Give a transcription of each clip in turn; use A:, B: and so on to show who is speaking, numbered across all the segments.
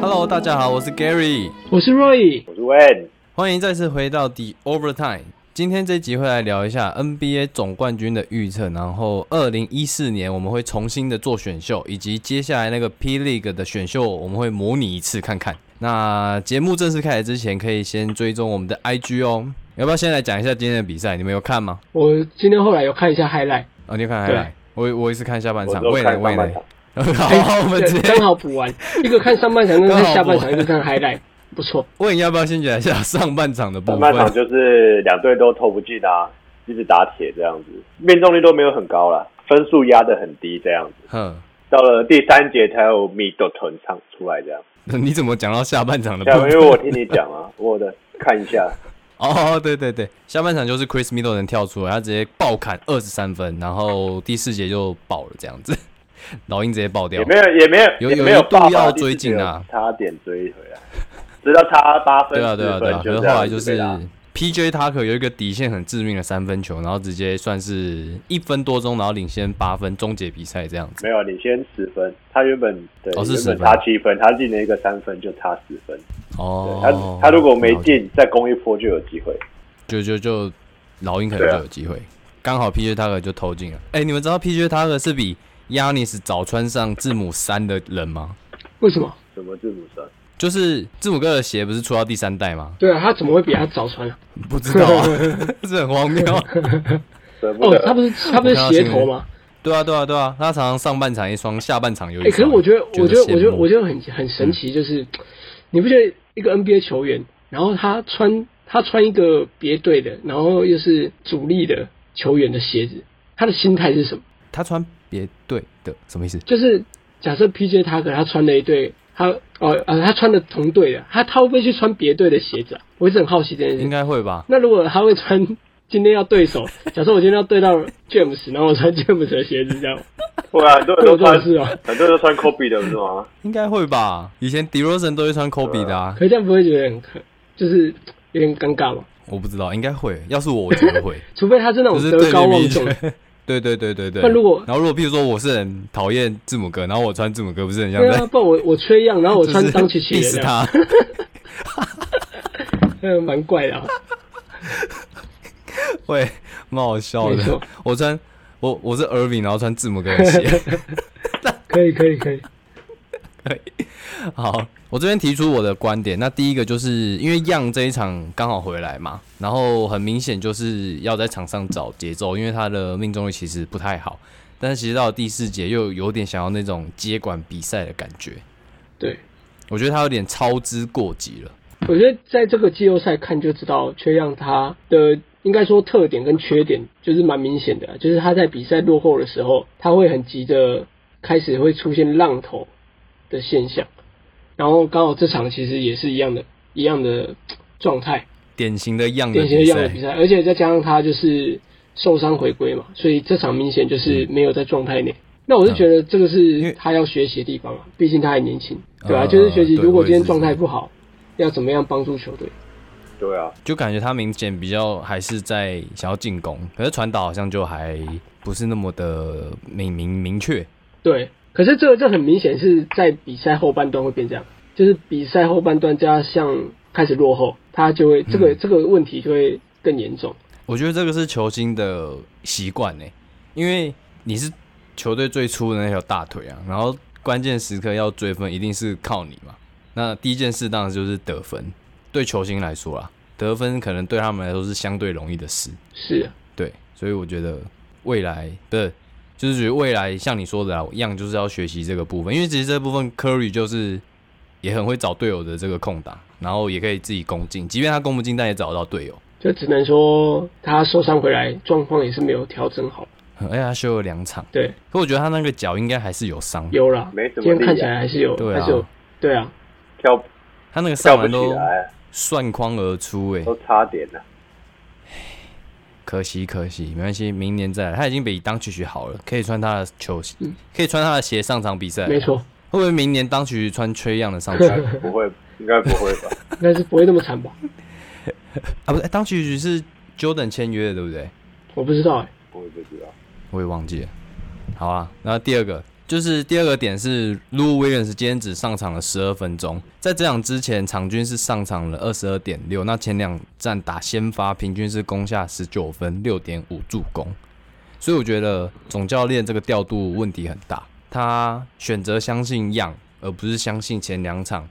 A: Hello，大家好，我是 Gary，
B: 我是 Roy，
C: 我是 Wen，
A: 欢迎再次回到 The Overtime。今天这集会来聊一下 NBA 总冠军的预测，然后二零一四年我们会重新的做选秀，以及接下来那个 P League 的选秀我们会模拟一次看看。那节目正式开始之前，可以先追踪我们的 IG 哦。要不要先来讲一下今天的比赛？你们有看吗？
B: 我今天后来有看一下 highlight，
A: 哦，你有看
B: 对
A: highlight，我我也是看下半
C: 我
A: 场，
C: 都
A: 我也来，
C: 看
A: 我
C: 上
A: 也
C: 半
A: 来
C: 场。。
A: 好，我们直
B: 对
A: 接
B: 刚好 补完，一个看上半场，一个看下半
A: 刚好补
B: 场，
A: 完
B: 一个看 highlight，不错。
A: 问要不要先讲一下上半场的部
C: 上半场
A: 分？
C: 就是两队都投不进啊，一直打铁这样子，命中率都没有很高啦，分数压得很低这样子。
A: 哼，
C: 到了第三节才有米豆屯唱出来这 样。
A: 你怎么讲到下半场的部
C: 对啊，
A: 分？
C: 因为我听你讲啊，我的看一下，
A: 哦，对对对，下半场就是 Chris Middleton 跳出来，他直接爆砍二十三分，然后第四节就爆了这样子， 老鹰直接爆掉
C: 也。没有也没有
A: 有
C: 也
A: 有
C: 没有
A: 一度
C: 爆
A: 要
C: 发
A: 追进啊
C: 第四节有差点追回来，直到差八分
A: 对啊对啊
C: 四
A: 对
C: 分
A: 啊，可
C: 就是这
A: 后
C: 样
A: 来就
C: 子被
A: 是
C: 打
A: PJ 塔可有一个底线很致命的三分球，然后直接算是一分多钟，然后领先八分终结比赛这样子。
C: 没有领先十分，他原本对
A: 哦是10分
C: 原本差七分，他进了一个三分就差十分。
A: 哦
C: 对，他他如果没进，再攻一波就有机会。
A: 就就就老鹰可
C: 啊
A: 能就有机会，刚、好 PJ 塔克就投进了。哎、你们知道 PJ 塔克是比 Yanis 早穿上字母三的人吗？
B: 为什么？
C: 什么字母三？
A: 就是字母哥的鞋不是出到第三代 吗？
B: 对啊，他怎么会比他早穿啊？
A: 不知道啊， 是很荒谬。
C: 舍不
B: 哦
C: 得，，
B: 他不是他不是斜头吗？
A: 对啊，对啊，对啊，他常常上半场一双，下半场有一
B: 哎、
A: 双。
B: 可是我觉得，我觉得，我
A: 羡
B: 觉得，
A: 慕
B: 我觉得很很神
A: 嗯
B: 奇，就是你不觉得一个 NBA 球员，然后他穿他穿一个别队的，然后又是主力的球员的鞋子，他的心态是什么？
A: 他穿别队的什 么意思？
B: 就是假设 PJ 塔克他穿了一对，他哦呃他穿的同队的，他他会不会去穿别队的鞋子啊？我一直很好奇这件
A: 应
B: 事。
A: 该会吧？
B: 那如果他会穿今天要 对手，假设我今天要对到 James，然后我穿 James 的鞋子，这 样
C: 对啊，很多人
B: 会有
C: 都
B: 这
C: 穿
B: 种，事哦？
C: 很多人都穿 Kobe 的，不是吗？
A: 应该会吧？以前 d e r o s e n 都会穿 Kobe 的啊，
B: 可是这样不会觉得很可就是有点尴尬吗？
A: 我不知道，应该会。要是我，我觉得 会。
B: 除非他是那
A: 不
B: 种
A: 是
B: 德
A: 对
B: 高
A: 立
B: 望
A: 迷
B: 重，
A: 对 对对对对对。
B: 那如果
A: 然后如果譬如说我是很讨厌字母哥，然后我穿字母哥，不是很像
B: 对
A: 在
B: 啊，不然我我缺样，然后我穿
A: 就是
B: 当琪琪的
A: diss
B: 这样，
A: 他，
B: 嗯，蛮怪 的、啊。
A: 会蛮好笑
B: 没
A: 的
B: 错。
A: 我穿我我是 Irving，然后穿字母哥的鞋。
B: 可以可以可以，
A: 好，我这边提出我的观点。那第一个就是因为样这一场刚好回来嘛，然后很明显就是要在场上找节奏，因为他的命中率其实不太好。但是其实到了第四节又有点想要那种接管比赛的感觉，
B: 对，
A: 我觉得他有点操之过急了。
B: 我觉得在这个季后赛看就知道，缺氧他的应该说特点跟缺点就是蛮明显的啊，就是他在比赛落后的时候，他会很急着开始会出现浪头的现象，然后刚好这场其实也是一样的，一样的状态，
A: 典型的样的
B: 典型
A: 嗯
B: 的
A: 比
B: 样的比
A: 赛，
B: 赛，而且再加上他就是受伤回归嘛，所以这场明显就是没有在状态内。那我是觉得这个是他要学习的地方啊，毕竟他还年轻，对吧、
A: 嗯
B: 就是学习，
A: 对
B: 如果今天
A: 我也是
B: 状
A: 这
B: 态
A: 样
B: 不好，要怎么样帮助球队？
C: 对啊，
A: 就感觉他明显比较还是在想要进攻，可是传导好像就还不是那么的明明明确。
B: 对，可是这个这很明显是在比赛后半段会变这样，就是比赛后半段加上开始落后，他就会这个、这个问题就会更严重。
A: 我觉得这个是球星的习惯呢，因为你是球队最初的那条大腿啊，然后关键时刻要追分，一定是靠你嘛。那第一件事当然就是得分，对球星来说啦，得分可能对他们来说是相对容易的事。
B: 是啊，
A: 对，所以我觉得未来的就是觉得未来像你说的啊，一样就是要学习这个部分，因为其实这部分 Curry 就是也很会找队友的这个空档，然后也可以自己攻进，即便他攻不进，但也找得到队友。
B: 就只能说他受伤回来状况也是没有调整好。
A: 而且哎他休了两场，
B: 对，
A: 可我觉得他那个脚应该还是有伤，
B: 有啦，
C: 没什么
B: 今天
C: 力啊
B: 看起来还是有，
A: 对啊
B: 还是有，对啊，
C: 跳
A: 他那个上
C: 跳不
A: 篮
C: 起
A: 都
C: 来，
A: 算框而出、欸，
C: 都差点了。
A: 可惜可惜，没关系，明年再来。他已经比当曲曲好了，可以穿他的球鞋，可以穿他的鞋上场比赛。
B: 嗯没，错，
A: 会不会明年当曲曲穿缺样的上 场？
C: 不会，应该不会吧？
B: 应该是不会那么惨吧？
A: 啊，不是，欸当曲曲是 Jordan 签约的，对不对？
B: 我不知道哎、
C: 我也不知道。
A: 我也忘记了。好啊，那第二个就是第二个点是 l o u Williams 今天只上场了十二分钟，在这场之前场均是上场了二十二点六，那前两站打先发平均是攻下十九分，六点五助攻，所以我觉得总教练这个调度问题很大，他选择相信样，而不是相信前两场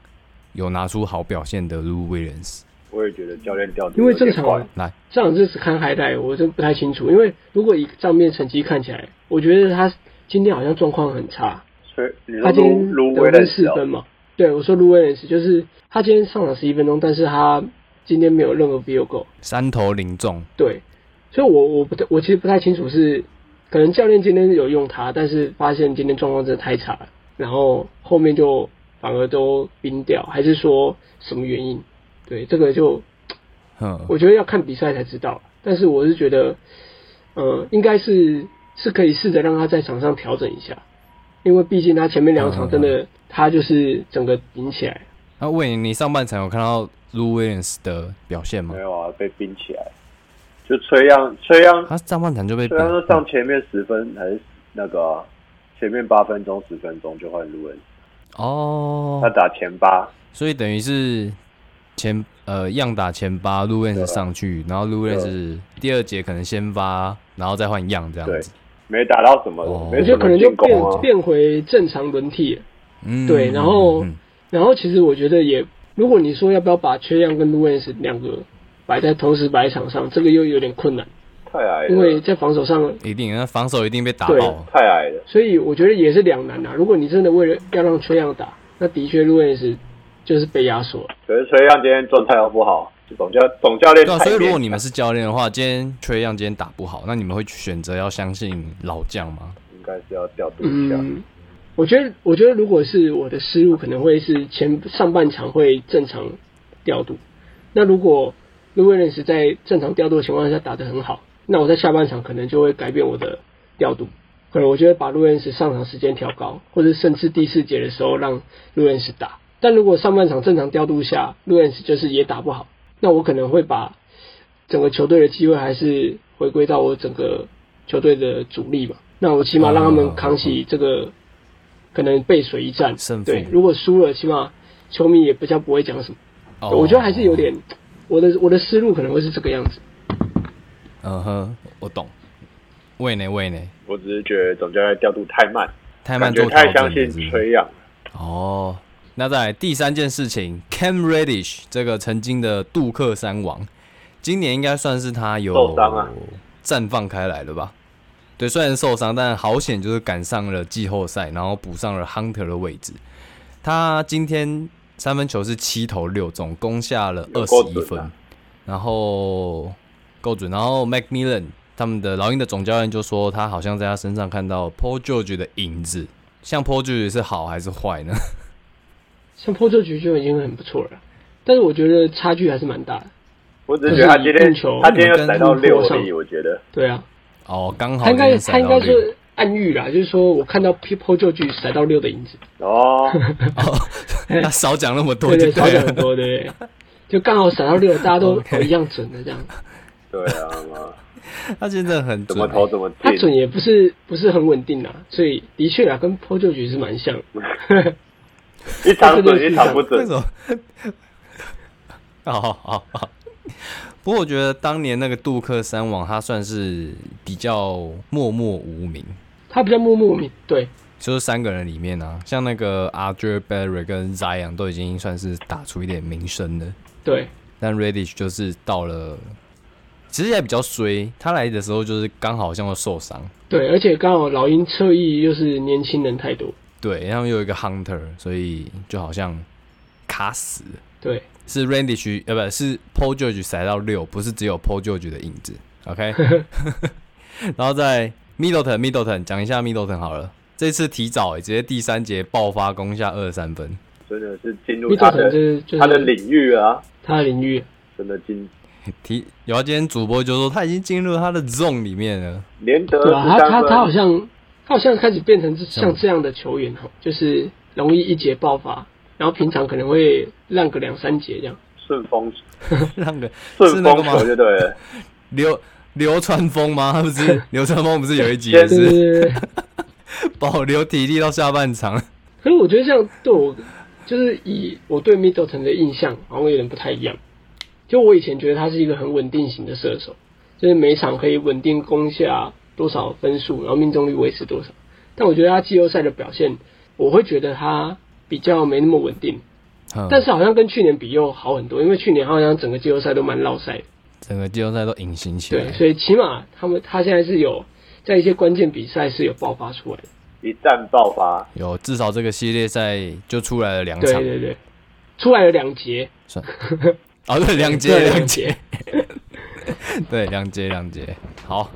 A: 有拿出好表现的 l o u Williams。
C: 我也觉得教练调度
B: 因为正
C: 有点怪
B: 常啊
A: 来，
B: 这场这次看海带，我真不太清楚。因为如果以账面成绩看起来，我觉得他今天好像状况很差。
C: 所以你
B: 他
C: 说
B: 今
C: 卢
B: 天
C: 卢
B: 得
C: 威哦
B: 分
C: 的
B: 四
C: 时候
B: 分嘛？对，我说卢威廉斯就是他今天上场十一分钟，但是他今天没有任何 field goal。
A: 三投零中，
B: 对，所以我我不太我其实不太清楚是，可能教练今天有用他，但是发现今天状况真的太差了，然后后面就反而都冰掉，还是说什么原因？对，这个就
A: 哼，
B: 我觉得要看比赛才知道，但是我是觉得，呃，应该是是可以试着让他在场上调整一下，因为毕竟他前面两场真的他就是整个赢起来，
A: 那魏宁，你上半场有看到 l o u Williams 的表现吗
C: 没？有啊，被冰起来。就崔样，崔样，
A: 他上半场就被
C: 崔样
A: 冰
C: 说啊上前面十分还是那个啊、前面八分钟、十分钟就换卢恩，
A: 哦
C: 他，打前八，
A: 所以等于是前呃样打前八，路燕是上去，然后路燕是第二节可能先发，然后再换样这样子。
C: 没打到什么，
A: 哦
C: 没
B: 我觉
C: 什
B: 得可
C: 么
B: 能就
C: 进
B: 变
C: 攻啊。
B: 变回正常轮替了。
A: 嗯
B: 对然后
A: 嗯
B: 然后其实我觉得也，如果你说要不要把缺样跟 l u i s 两个摆在同时摆在场上，这个又有点困难，
C: 太矮
B: 因为
C: 了，
B: 在防守上，
A: 嗯一定，那防守一定被打
B: 对
A: 爆。
C: 太矮了。
B: 所以我觉得也是两难啊。如果你真的为了要让缺样打，那的确 l u i s 就是被压缩了。
C: 可是崔样今天状态又不好，总教总教练
A: 对啊，
C: 太
A: 所以如
C: 勉
A: 果
C: 强
A: 你们是教练的话，今天缺样今天打不好，那你们会选择要相信老将吗？
C: 应该是要调度一下。
B: 嗯，我觉得，我觉得如果是我的思路，可能会是前上半场会正常调度。那如果如果认识在正常调度的情况下打得很好，那我在下半场可能就会改变我的调度。可能我就会把路恩斯上场时间调高，或者甚至第四节的时候让路恩斯打。但如果上半场正常调度下，路恩斯就是也打不好，那我可能会把整个球队的机会还是回归到我整个球队的主力嘛。那我起码让他们扛起这个可能背水一战
A: 胜。负
B: 对，如果输了，起码球迷也比较不会讲什么。
A: 哦
B: 我觉得还是有，点，我的我的思路可能会是这个样子。
A: 嗯哼，我懂。魏呢？魏呢？
C: 我只是觉得总教练调度太慢，
A: 太慢
C: 感觉
A: 做
C: 太
A: 调整
C: 相
A: 了
C: 信
A: 是不是
C: 崔样。
A: 哦，那再来第三件事情，Cam Reddish 这个曾经的杜克山王，今年应该算是他有
C: 受伤啊
A: 绽放开来了吧？对，虽然受伤，但好险就是赶上了季后赛，然后补上了 Hunter 的位置。他今天三分球是七投六中，攻下了二
C: 有
A: 十
C: 够
A: 一
C: 准啊
A: 分，然后够准。然后 Macmillan 他们的老鹰的总教练就说，他好像在他身上看到 Paul George 的影子。像 Paul George 是好还是坏呢？
B: 像破旧局就已经很不错了，但是我觉得差距还是蛮大的。
C: 我只是觉得他
B: 就
C: 今
B: 是
C: 天
B: 运球
C: 他今天要
A: 跟
C: 逮到
B: 突破
C: 六而
B: 上
C: 已，我觉得。
B: 对啊，
A: 哦，刚好
B: 他应该
A: 今天
B: 他
A: 闪
B: 应
A: 到
B: 该
A: 六
B: 是暗喻啦，就是说我看到 people 旧局甩到六的影子，
C: 哦，
A: 哦，他少讲那么多
B: 对
A: 就
B: 对，少
A: 对
B: 讲
A: 了
B: 很。多，对不对？就刚好甩到六，大家都哦一样准的这样。
C: 对啊嘛，
A: 他现在很
C: 怎么
A: 准
C: 投怎么
B: 他准
C: 进，
B: 也不是不是很稳定啦，所以的确啊，跟 p o 旧局是蛮像的。
C: 一场
B: 这就
C: 准
B: 是
C: 一场不
A: 为
C: 准
A: 什。么？好好好。不过我觉得当年那个杜克山王，他算是比较默默无名，
B: 他比较默默无名，对，
A: 就是三个人里面啊，像那个 a d r e Barry 跟 Zion 都已经算是打出一点名声了，
B: 对，
A: 但 Reddish 就是到了，其实也比较衰，他来的时候就是刚好像受伤，
B: 对，而且刚好老鹰侧翼又是年轻人太多，
A: 对，然后又有一个 Hunter，所以就好像卡死了。
B: 对，
A: 是 Randish 呃不是 Paul George 塞到六，不是只有 Paul George 的影子。OK，然后在 Middleton Middleton 讲一下 Middleton 好了，这次提早、欸、直接第三节爆发攻下二三分，
C: 真的是进入
B: 密
C: 他
B: 特城
C: 的
B: 就是就是
C: 他的领域啊，
B: 他的领域，
C: 真的进
A: 提然后今天主播就说他已经进入他的 zone 里面了，
C: 连得
B: 对啊，他
C: 十
B: 他
C: 三
B: 他好
C: 分，
B: 像他好像开始变成这
A: 什么
B: 像这样的球员哈，哦就是容易一节爆发，然后平常可能会烂个两三节这样。
C: 顺风
A: 让个是
C: 顺
A: 那个
C: 风
A: 吗
C: 球就对了，
A: 流流川枫吗？他不是流川枫不是有一集
C: 先
A: 也
B: 对对
A: 是
B: 对对。对
A: 保留体力到下半场？
B: 可是我觉得这样对我，就是以我对 Middleton 的印象好像有点不太一样。就我以前觉得他是一个很稳定型的射手，就是每场可以稳定攻下多少分数，然后命中率维持多少。但我觉得他季后赛的表现，我会觉得他比较没那么稳定。
A: 嗯
B: 但是好像跟去年比又好很多，因为去年好像整个季后赛都蛮落赛的。
A: 整个季后赛都隐形起
B: 对，
A: 来。
B: 所以起码他们他现在是有在一些关键比赛是有爆发出来的。
C: 一战爆发，
A: 有，至少这个系列赛就出来了两
B: 对
A: 场，
B: 对对，出来了两节，
A: 算 哦， 对，两节
B: 对
A: 两
B: 两
A: 节
B: 节，
A: 对，两节两节。好，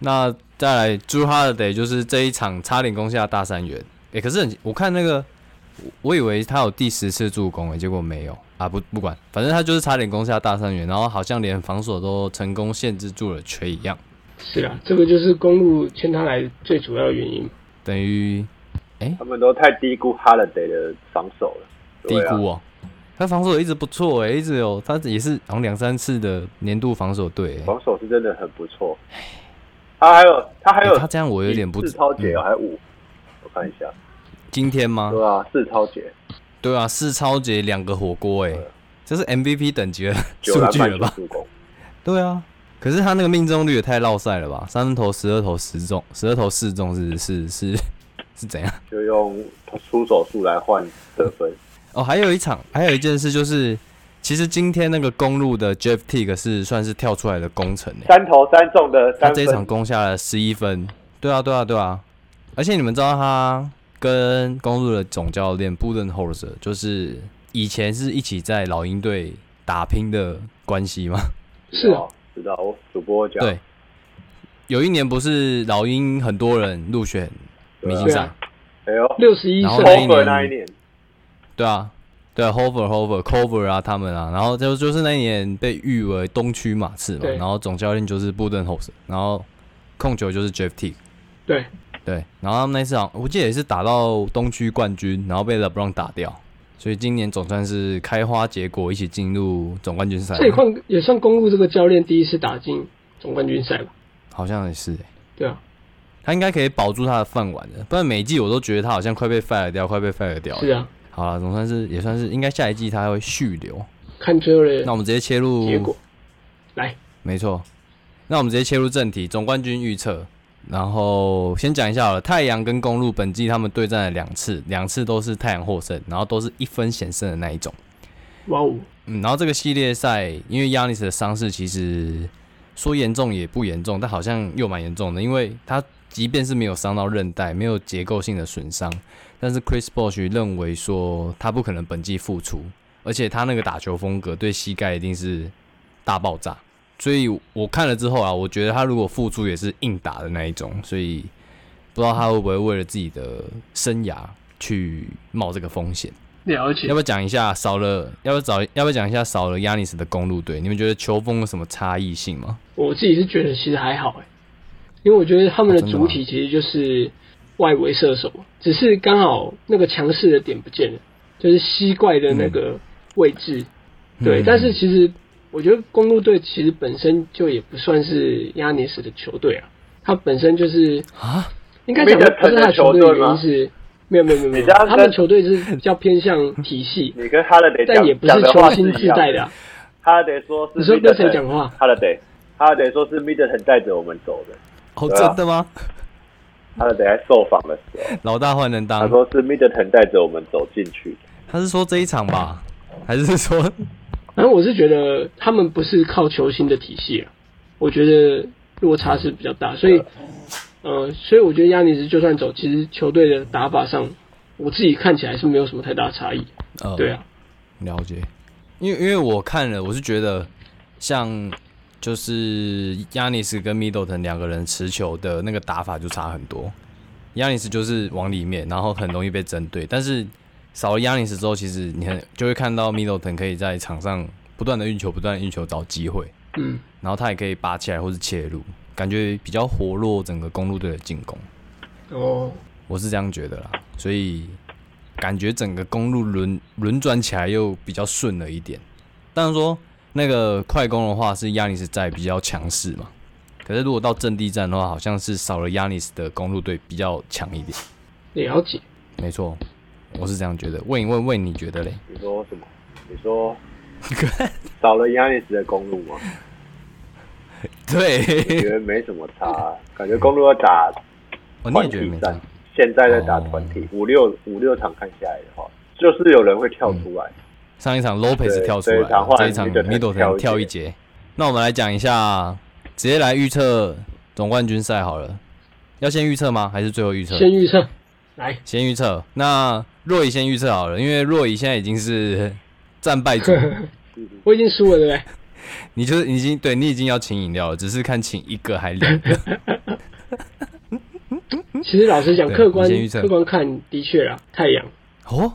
A: 那再来朱哈德就是这一场差点攻下大三元，诶、可是很我看那个，我我以为他有第十次助攻、诶，结果没有啊，不不管，反正他就是差点攻下大三元，然后好像连防守都成功限制住了缺一样，
B: 是啊，这个就是公路签他来最主要的原因。
A: 等于
C: 他们都太低估 Holiday 的防守了。
A: 低
C: 对啊
A: 估哦。他防守一直不错诶、一直有他也是好像两三次的年度防守队、诶
C: 防守是真的很不错。他还有他还有、
A: 诶他这样我有点不
C: 四
A: 知
C: 超节、哦
A: 嗯
C: 还有五，我看一下，
A: 今天吗？
C: 对啊，四 超节
A: 对啊，四超节两个火锅哎、
C: 对
A: 这是 MVP 等级的
C: 九
A: 数
C: 篮
A: 据
C: 板
A: 了
C: 九
A: 吧？
C: 助攻，
A: 对啊，可是他那个命中率也太落赛了吧？三分投十二投十中，十二投四中是是是是怎样？
C: 就用出手数来换得分。
A: 哦，还有一场，还有一件事就是，其实今天那个公路的 Jeff Teague 是算是跳出来的功臣哎、
C: 三投三中的
A: 他
C: 三
A: 这一场
C: 分，
A: 攻下了十一分。对啊，对啊，对啊，而且你们知道他跟公路的总教练 b u d e n h o r s e r 就是以前是一起在老鹰队打拼的关系吗？
B: 是啊，
C: 哦知道我主播讲，
A: 对，有一年不是老鹰很多人入选明星赛，
C: 哎呦
B: 啊六十一
A: 然后
B: 胜
A: 呢，
C: ，Over 那一年，
A: 对啊，对啊，Hover Hover Cover 啊，他们啊，然后就就是那一年被誉为东区马刺嘛，
B: 对
A: 然后总教练就是布登霍斯，然后控球就是 Jeff T，
B: 对，
A: 对，然后他们那次好像我记得也是打到东区冠军，然后被 LeBron 打掉，所以今年总算是开花结果，一起进入总冠军赛
B: 这，也算也算公路这个教练第一次打进总冠军赛吧？
A: 好像也是、欸。
B: 对啊，
A: 他应该可以保住他的饭碗的，不然每一季我都觉得他好像快被 fire 掉，快被 fire 掉了。
B: 是啊，
A: 好了，总算是也算是应该下一季他会续留。
B: 看最后
A: 那
B: 的
A: 我们直接切入
B: 结果。来，
A: 没错。那我们直接切入正题，总冠军预测。然后先讲一下好了，太阳跟公路本季他们对战了两次，两次都是太阳获胜，然后都是一分险胜的那一种。
B: 哇哦，
A: 嗯，然后这个系列赛，因为亚尼斯的伤势其实说严重也不严重，但好像又蛮严重的，因为他即便是没有伤到韧带，没有结构性的损伤，但是 Chris Bosh 认为说他不可能本季复出，而且他那个打球风格对膝盖一定是大爆炸，所以我看了之后啊，我觉得他如果复出也是硬打的那一种，所以不知道他会不会为了自己的生涯去冒这个风险。
B: 了解
A: 要不。要讲一下少了？要不要找？要不要讲一下少了亚尼斯的公路队？你们觉得球风有什么差异性吗？
B: 我自己是觉得其实还好哎，因为我觉得他们
A: 啊
B: 的主体其实就是外围射手，只是刚好那个强势的点不见了，就是吸怪的那个位置。对，
A: 嗯
B: 但是其实我觉得公路队其实本身就也不算是亚尼斯的球队啊，他本身就是
A: 啊，
B: 应该讲的不是他的球队的原因是，没有没有没有没有，
C: 你这样跟
B: 他们球队是比较偏向体系，
C: 你跟 Holiday
B: 但
C: 讲
B: 也不
C: 讲
B: 是
C: 的
B: 球
C: 话是
B: 星
C: 一
B: 自
C: 样
B: 带的啊、
C: Holiday 说是
B: 你说跟谁
C: Middleton-
B: 讲话？
C: ？Holiday Holiday 说是 Middleton 带着我们走的。
A: 哦，
C: 对啊
A: 真的吗？
C: Holiday 在受访的时候，
A: 老大换人
C: 他
A: 当，
C: 说是 Middleton 带着我们走进去的。
A: 他是说这一场吧，还是说
B: 反正我是觉得他们不是靠球星的体系啊，我觉得落差是比较大，所
A: 啊
B: 以，呃，所以我觉得亚尼斯就算走，其实球队的打法上，我自己看起来是没有什么太大差异。
A: 呃，
B: 对啊，
A: 了解，因为因为我看了，我是觉得像就是亚尼斯跟 Middleton 两个人持球的那个打法就差很多。亚尼斯就是往里面，然后很容易被针对，但是少了亚尼斯之后，其实你很就会看到 Middleton 可以在场上不断的运球，不断的运球找机会，
B: 嗯，
A: 然后他也可以拔起来或是切入，感觉比较活络整个公路队的进攻。
B: 哦，
A: 我是这样觉得啦，所以感觉整个公路轮轮转起来又比较顺了一点。当然说那个快攻的话是亚尼斯在比较强势嘛，可是如果到阵地战的话，好像是少了 Yanis 的公路队比较强一点。
B: 了解。
A: 没错，我是这样觉得。问一问，问你觉得 嘞？
C: 你说什么？你 说少了亚历斯的公路吗？我
A: 对，
C: 觉得没什么差啊，感觉公路要打
A: 我哦你也
C: 团
A: 觉得没哦
C: 体
A: 错
C: 战。，现在在打团体，五六五六场看下来的话，就是有人会跳出
A: 嗯
C: 来。
A: 上一场 Lopez
C: 对
A: 跳出
C: 这一
A: 来
C: 场
A: 了，
C: 换
A: 这一场
C: Middleton
A: Middleton
C: 跳
A: 跳
C: 一
A: 一节。那我们来讲一下，直接来预测总冠军赛好了。要先预测吗？还是最后预测？
B: 先预测，来，
A: 先预测。那若雨先预测好了，因为若雨现在已经是 战败 组，
B: 我已经输了，对不对？
A: 你就是已经对你已经要请饮料了，只是看请一个还两 个。
B: 其实老实讲，
A: 嗯对
B: 客观
A: 你先预测
B: 客观看，的确啦，太阳。
A: 哦，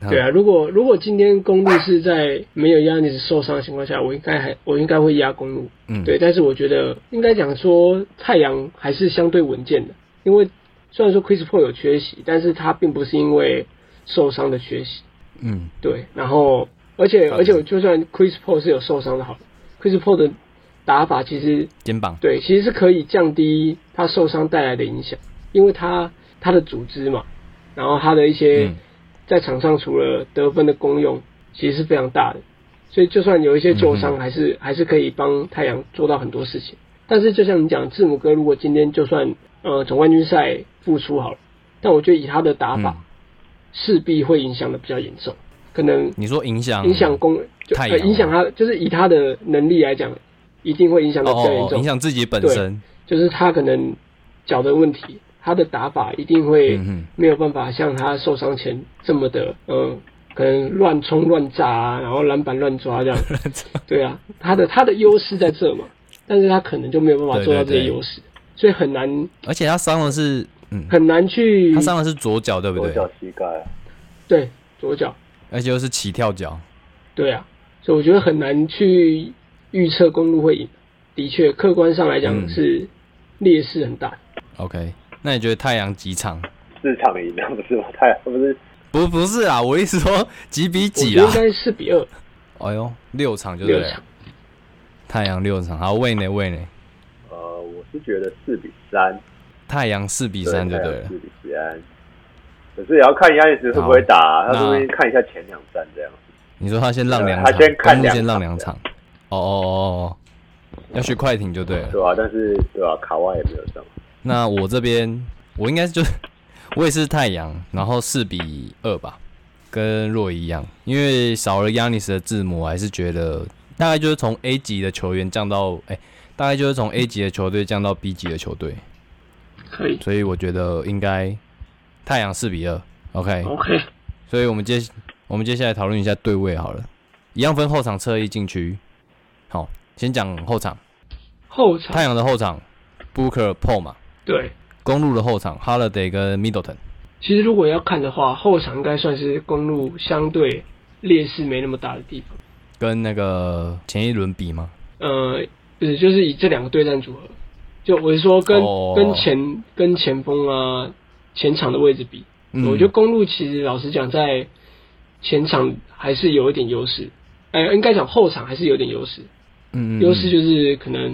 A: 嗯
B: 对啊，如果如果今天公路是在没有亚尼斯受伤的情况下，我应该还我应该会压公路。
A: 嗯，
B: 对，但是我觉得应该讲说太阳还是相对稳健的，因为虽然说 Chris Paul 有缺席，但是他并不是因为受伤的缺席。
A: 嗯，
B: 对，然后而且
A: 好的
B: 而且就算 Chris Paul 是有受伤的好了，Chris Paul 的打法其实
A: 肩膀，
B: 对，其实是可以降低他受伤带来的影响，因为他他的组织嘛，然后他的一些
A: 嗯
B: 在场上除了得分的功用，其实是非常大的。所以就算有一些旧
A: 嗯
B: 伤，还是还是可以帮太阳做到很多事情。但是就像你讲，字母哥如果今天就算呃总冠军赛复出好了，但我觉得以他的打法
A: 嗯，
B: 势必会影响的比较严重，可能
A: 你说影响
B: 影响公就
A: 太
B: 呃
A: 阳
B: 影响他，就是以他的能力来讲，一定会影响
A: 哦
B: 的比较严
A: 哦哦，
B: 重
A: 影。响自己本
B: 对
A: 身，
B: 就是他可能脚的问题，他的打法一定会
A: 嗯哼
B: 没有办法像他受伤前这么的，嗯，可能乱冲乱炸啊，然后篮板乱抓 这样。对啊，他的他的优势在这嘛，但是他可能就没有办法做到这
A: 对对
B: 些
A: 对
B: 优势，所以很难
A: 而且他伤的是，嗯，
B: 很难去
A: 他伤的是左脚，对不
C: 左
A: 对？
C: 脚膝盖，
B: 对左脚，
A: 而且又是起跳脚。
B: 对啊，所以我觉得很难去预测公路会赢。的确，客观上来
A: 嗯
B: 讲是劣势很大。
A: OK，那你觉得太阳几场？
C: 四场赢了不是吗？ 太不是
A: 不，不是啊，我意思 说几比
B: 我
A: 几
B: 觉得
A: 啦
B: 应？该四比二
A: 哎呦，六场就对
B: 六
A: 了
B: 场。。
A: 太阳六场，好，喂呢喂呢，
C: 呃，我是觉得四比三，
A: 太阳四比三就对了
C: 四。比三。可是也要看亚历斯会不会打啊，
A: 好
C: 他说不定
A: 那
C: 看一下前两站这样。
A: 你说他先让两场，
C: 对他先看
A: 公路先让
C: 两场
A: 两场。哦哦哦哦，要去快艇就对了。
C: 对啊，但是对啊，卡哇也没有上，
A: 那我这边我应该就是 我也是太阳，然后四比二吧，跟若一样，因为少了 Yanis 的字母，我还是觉得大概就是从 A 级的球员降到哎、大概就是从 A 级的球队降到 B 级的球队，
B: 可以
A: 所以我觉得应该太阳四比二，OK。
B: ，OK，
A: 所以我们接我们接下来讨论一下对位好了，一样分后场、侧翼、禁区。好，先讲后场，
B: 后
A: 太
B: 场
A: 阳的后场 Booker、Paul 嘛，
B: 对，
A: 公路的后场 Holiday 跟 Middleton。
B: 其实如果要看的话，后场应该算是公路相对劣势没那么大的地方。
A: 跟那个前一轮比吗？
B: 呃，不是，就是以这两个对战组合，就我是说跟、
A: 哦
B: 跟前跟前锋啊前场的位置比，
A: 嗯
B: 我觉得公路其实老实讲在前场还是有一点优势，呃，应该讲后场还是有点优势，
A: 嗯，嗯
B: 优势就是可能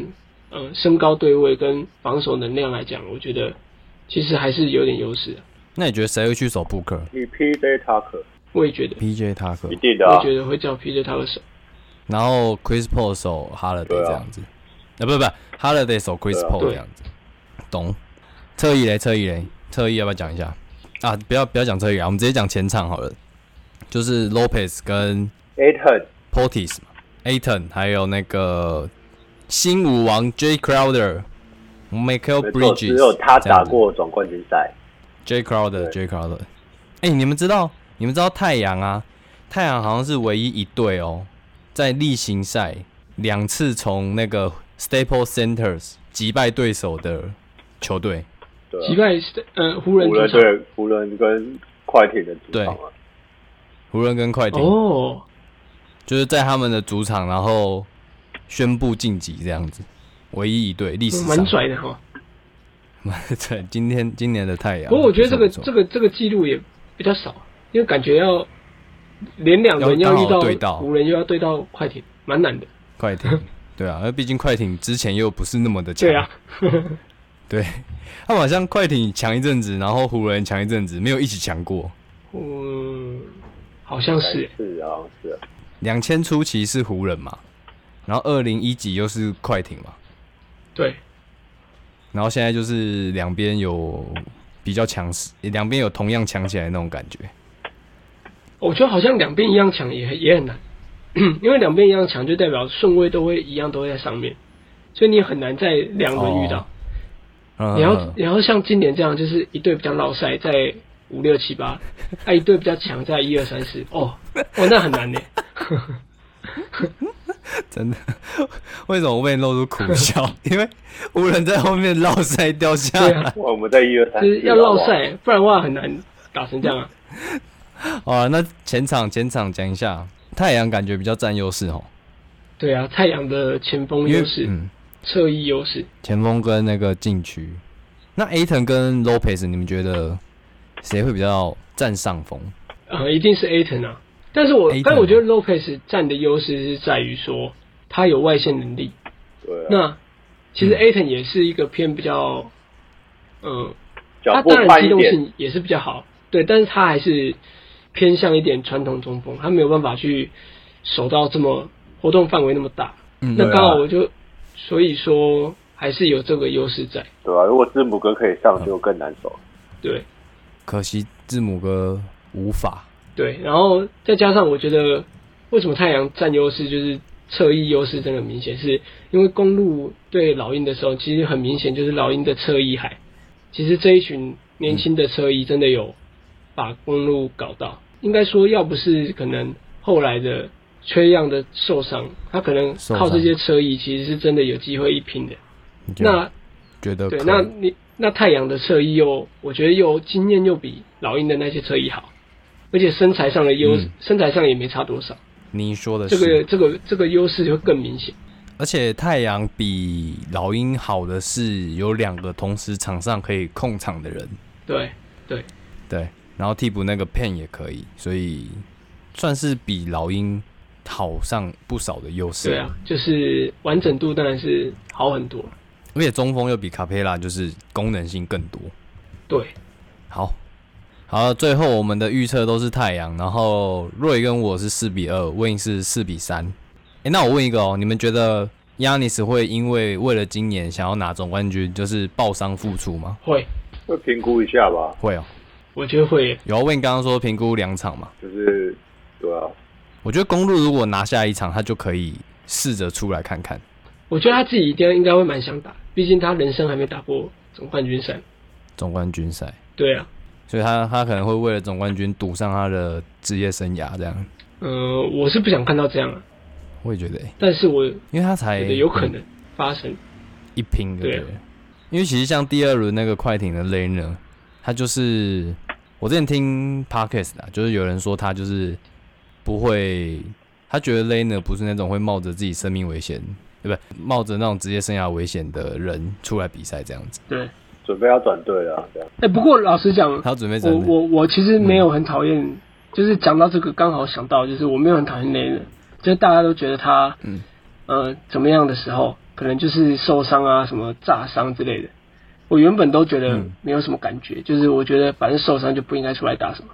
B: 嗯、呃身高对位跟防守能量来讲，我觉得其实还是有点优势的，
A: 那你觉得谁会去守 Booker、
C: 你 PJ Tucker
B: 我也觉得。
A: PJ 塔克
C: 一，定的、啊
B: 我，觉得会叫 PJ 他的手。
A: 然后 Chris Paul 守 Holiday
C: 对啊
A: 这样子？啊，不不，Holiday 守 Chris
C: 对啊
A: Paul
B: 对
A: 这样子。懂？侧翼嘞，侧翼嘞，侧翼要不要讲一下？啊，不要不要讲侧翼啊，我们直接讲前场好了。就是 Lopez 跟
C: Aton
A: Portis 嘛，Aton 还有那个新舞王 J Crowder、Michael
C: 没错，
A: Bridges，
C: 只有他
A: 这样
C: 打
A: 子
C: 过总冠军赛。
A: J Crowder
C: 对
A: J Crowder，哎、你们知道你们知道太阳啊？太阳好像是唯一一队哦，在例行赛两次从那个 Staple Centers 击败对手的球队。
C: 对、
B: 击
C: 啊，
B: 败是呃湖人
C: 湖
B: 主
C: 人
B: 场
C: 队、湖人跟快艇的主场啊，
A: 湖人跟快艇、
B: 哦，
A: 就是在他们的主场，然后宣布晋级这样子，唯一一队历史上
B: 蛮。拽的哈。
A: 对，今天今年的太阳。
B: 不过我觉得这个
A: 不错不
B: 这
A: 错
B: 个这个记录也比较少，因为感觉要连两轮
A: 要
B: 要遇
A: 刚好对到
B: 湖人，又要对到快艇，蛮难的。
A: 快艇，对啊，那毕竟快艇之前又不是那么的强。
B: 对啊，
A: 对，他们好像快艇强一阵子，然后湖人强一阵子，没有一起强过。
B: 嗯，好像是欸，
C: 是啊，是啊，
A: 两千初期是湖人嘛，然后二零一几又是快艇嘛，
B: 对，
A: 然后现在就是两边有比较强势，两边有同样强起来的那种感觉。
B: 我觉得好像两边一样强也也很难， 因为两边一样强就代表顺位都会一样都会在上面，所以你也很难在两轮遇
A: 哦
B: 到。
A: 嗯
B: 你要你要像今年这样，就是一队比较老赛在五六 七八，啊一队比较强在一二三四，哦哦那很难呢。
A: 真的， 为什么我被露出苦笑？ 因为湖人在后面落塞掉下
B: 对
A: 来。
B: 啊，
C: 哇我们在一二三，
B: 就是要绕赛，不然的话很难打成这样啊。
A: 好啊，那前场前场讲一下，太阳感觉比较占优势哦，
B: 对啊，太阳的前锋
A: 因为
B: 优势、
A: 嗯，
B: 侧翼优势，
A: 前锋跟那个禁区，那 A 腾跟 Lopez，你们觉得谁会比较占上风？
B: 呃，一定是 Aton 啊。但是我
A: Ayton
B: 但我觉得 Lopez 占的优势是在于说他有外线能力。
C: 对啊，
B: 那其实
A: 嗯
B: Aton 也是一个偏比较，呃，
C: 脚
B: 他
C: 步
B: 当然
C: 快
B: 机
C: 一
B: 动
C: 点，
B: 性也是比较好，对，但是他还是偏向一点传统中锋，他没有办法去守到这么活动范围那么大。
A: 嗯
B: 那
C: 对啊
B: 刚好我就所以说还是有这个优势在，
C: 对啊，如果字母哥可以上，就更难守。
B: 对
A: 可惜字母哥无法，
B: 对，然后再加上我觉得为什么太阳占优势就是。侧翼优势真的很明显，是因为公路对老鹰的时候，其实很明显就是老鹰的侧翼海。其实这一群年轻的车衣真的有把公路搞到，应该说要不是可能后来的缺样的受伤，他可能
A: 受伤
B: 靠这些车衣其实是真的有机会一拼的。
A: 你觉得
B: 那
A: 觉得
B: 对，
A: 可
B: 那你那太阳的侧翼又，我觉得又经验又比老鹰的那些侧翼好，而且身材上的优、
A: 嗯
B: 身材上也没差多少，
A: 你说的
B: 这
A: 是，
B: 个这个这个优势就更明显。
A: 而且太阳比老鹰好的是有两个同时场上可以控场的人，
B: 对对，
A: 对，然后替补那个 Pen 也可以，所以算是比老鹰好上不少的优势。
B: 对啊，就是完整度当然是好很多。
A: 而且中锋又比卡佩拉就是功能性更多。
B: 对，
A: 好，好，最后我们的预测都是太阳，然后瑞跟我是四比二，问是四比三。诶、那我问一个哦，你们觉得亚尼斯会因为为了今年想要拿总冠军，就是爆伤复出吗？
B: 会，
C: 会评估一下吧，
A: 会哦，
B: 我觉得会耶。
A: 有啊。问刚刚说评估两场嘛，
C: 就是对啊，
A: 我觉得公路如果拿下一场，他就可以试着出来看看。
B: 我觉得他自己一定应该会蛮想打，毕竟他人生还没打过总冠军赛。
A: 总冠军赛，
B: 对啊，
A: 所以他他可能会为了总冠军赌上他的职业生涯，这样
B: 嗯、我是不想看到这样啊，
A: 我也觉得、欸
B: 但是我觉
A: 因为他才
B: 得有可能发生。
A: 一拼对不
B: 对
A: 对？因为其实像第二轮那个快艇的 Laner，他就是我之前听 Podcast 啊，就是有人说他就是不会，他觉得 Laner 不是那种会冒着自己生命危险，对不对？冒着那种职业生涯危险的人出来比赛这样子，
B: 对，哎、
C: 准备要转队了啊，这样
A: 哎
B: 哎不过老实讲，
A: 他准备
B: 我
A: 怎么？
B: 我我其实没有很讨厌，
A: 嗯
B: 就是讲到这个刚好想到，就是我没有很讨厌雷人，就是大家都觉得他，
A: 嗯
B: 呃，怎么样的时候，可能就是受伤啊，什么炸伤之类的。我原本都觉得
A: 嗯
B: 没有什么感觉，就是我觉得反正受伤就不应该出来打什么。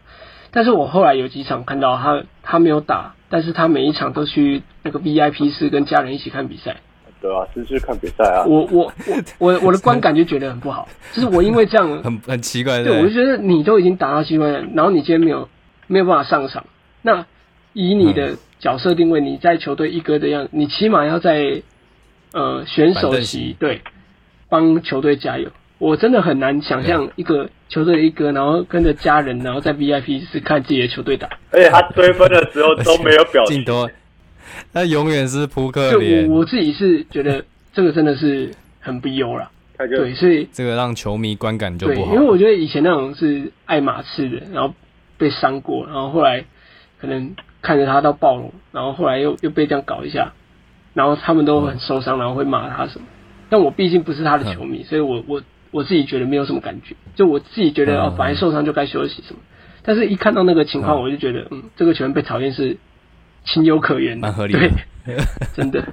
B: 但是我后来有几场看到他，他没有打，但是他每一场都去那个 VIP 室跟家人一起看比赛。
C: 对啊，试试看比赛啊，
B: 我我我我我的观感就觉得很不好，就是我因为这样
A: 很很奇怪，
B: 对，
A: 不
B: 我就觉得你都已经打到西冠了，然后你今天没有没有办法上场，那以你的角色定位，你在球队一哥的样子，你起码要在呃选
A: 板
B: 手
A: 凳
B: 席
A: 席
B: 对帮球队加油。我真的很难想象一个球队的一哥，然后跟着家人，然后在 VIP 室看自己的球队打。
C: 而且他追分的时候都没有表
A: 镜
C: 情，
A: 头，他永远是扑克
B: 就
A: 脸
B: 我，我自己是觉得这个真的是很不优啦。
C: 他就
B: 对，所以
A: 这个让球迷观感就
B: 对，
A: 不好
B: 因为。我觉得以前那种是爱马仕的，然后被伤过，然后后来可能看着他到暴龙，然后后来又又被这样搞一下，然后他们都很受伤，然后会骂他什么。但我毕竟不是他的球
A: 嗯
B: 迷，所以我我我自己觉得没有什么感觉，就我自己觉得
A: 嗯
B: 哦，本来受伤就该休息什么。但是一看到那个情况，
A: 嗯
B: 我就觉得嗯，这个球员被讨厌是情有可原，
A: 蛮合理
B: 对
A: 的，
B: 真的。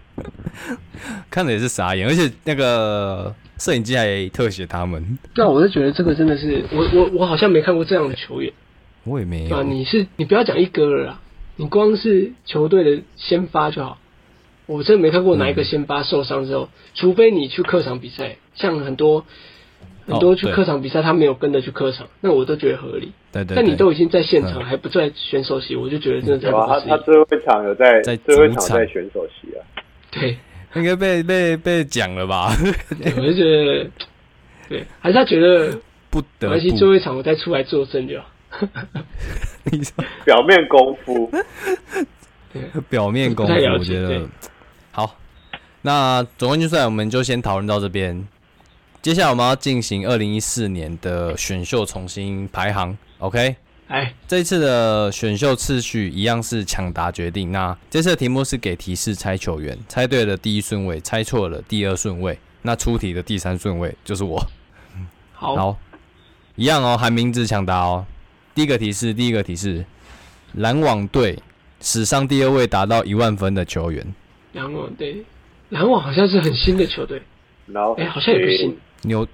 A: 看着也是傻眼，而且那个摄影机还特写他们，
B: 那啊我是觉得这个真的是，我我我好像没看过这样的球员
A: 我也没
B: 对吧、
A: 有。
B: 你是你不要讲一哥了啦，你光是球队的先发就好。我真的没看过哪
A: 嗯
B: 一个先发受伤之后，除非你去客场比赛，像很多很多
A: 哦
B: 去
A: 对
B: 客场比赛，他没有跟着去客场，那我都觉得合理。
A: 对对
B: 但你
A: 对，
B: 都已经在现
A: 嗯
B: 场，还不在选手席，我就觉得真的太
C: 有
B: 不
C: 啊，
B: 可
C: 他
B: 思
C: 他
B: 议。
C: 最后一场有在
A: 在
C: 最后一
A: 主
C: 场
A: 场
C: 在选手席啊，
B: 对，
A: 应该被被被讲了吧？
B: 对我就觉得，对，还是他觉得
A: 不
B: 没
A: 得
B: 关系，最
A: 不，
B: 后一场我再出来作证就好。
A: 你说
C: 表面功 夫
A: 表面功夫
B: 不太，了
A: 我
B: 解
A: 觉得
B: 对
A: 好。那总冠军赛我们就先讨论到这边，接下来我们要进行二零一四年的选秀重新排行。OK，
B: 哎，
A: 这一次的选秀次序一样是抢答决定。那这次的题目是给提示猜球员，猜对了第一顺位，猜错了第二顺位。那出题的第三顺位就是我。
B: 好，
A: 好，一样哦，喊名字抢答哦。第一个提示，第一个提示，篮网队史上第二位达到一万分的球员，
B: 篮网对，篮网好像是很新的球队，
C: 然后
B: 哎，好像也不行。
A: 纽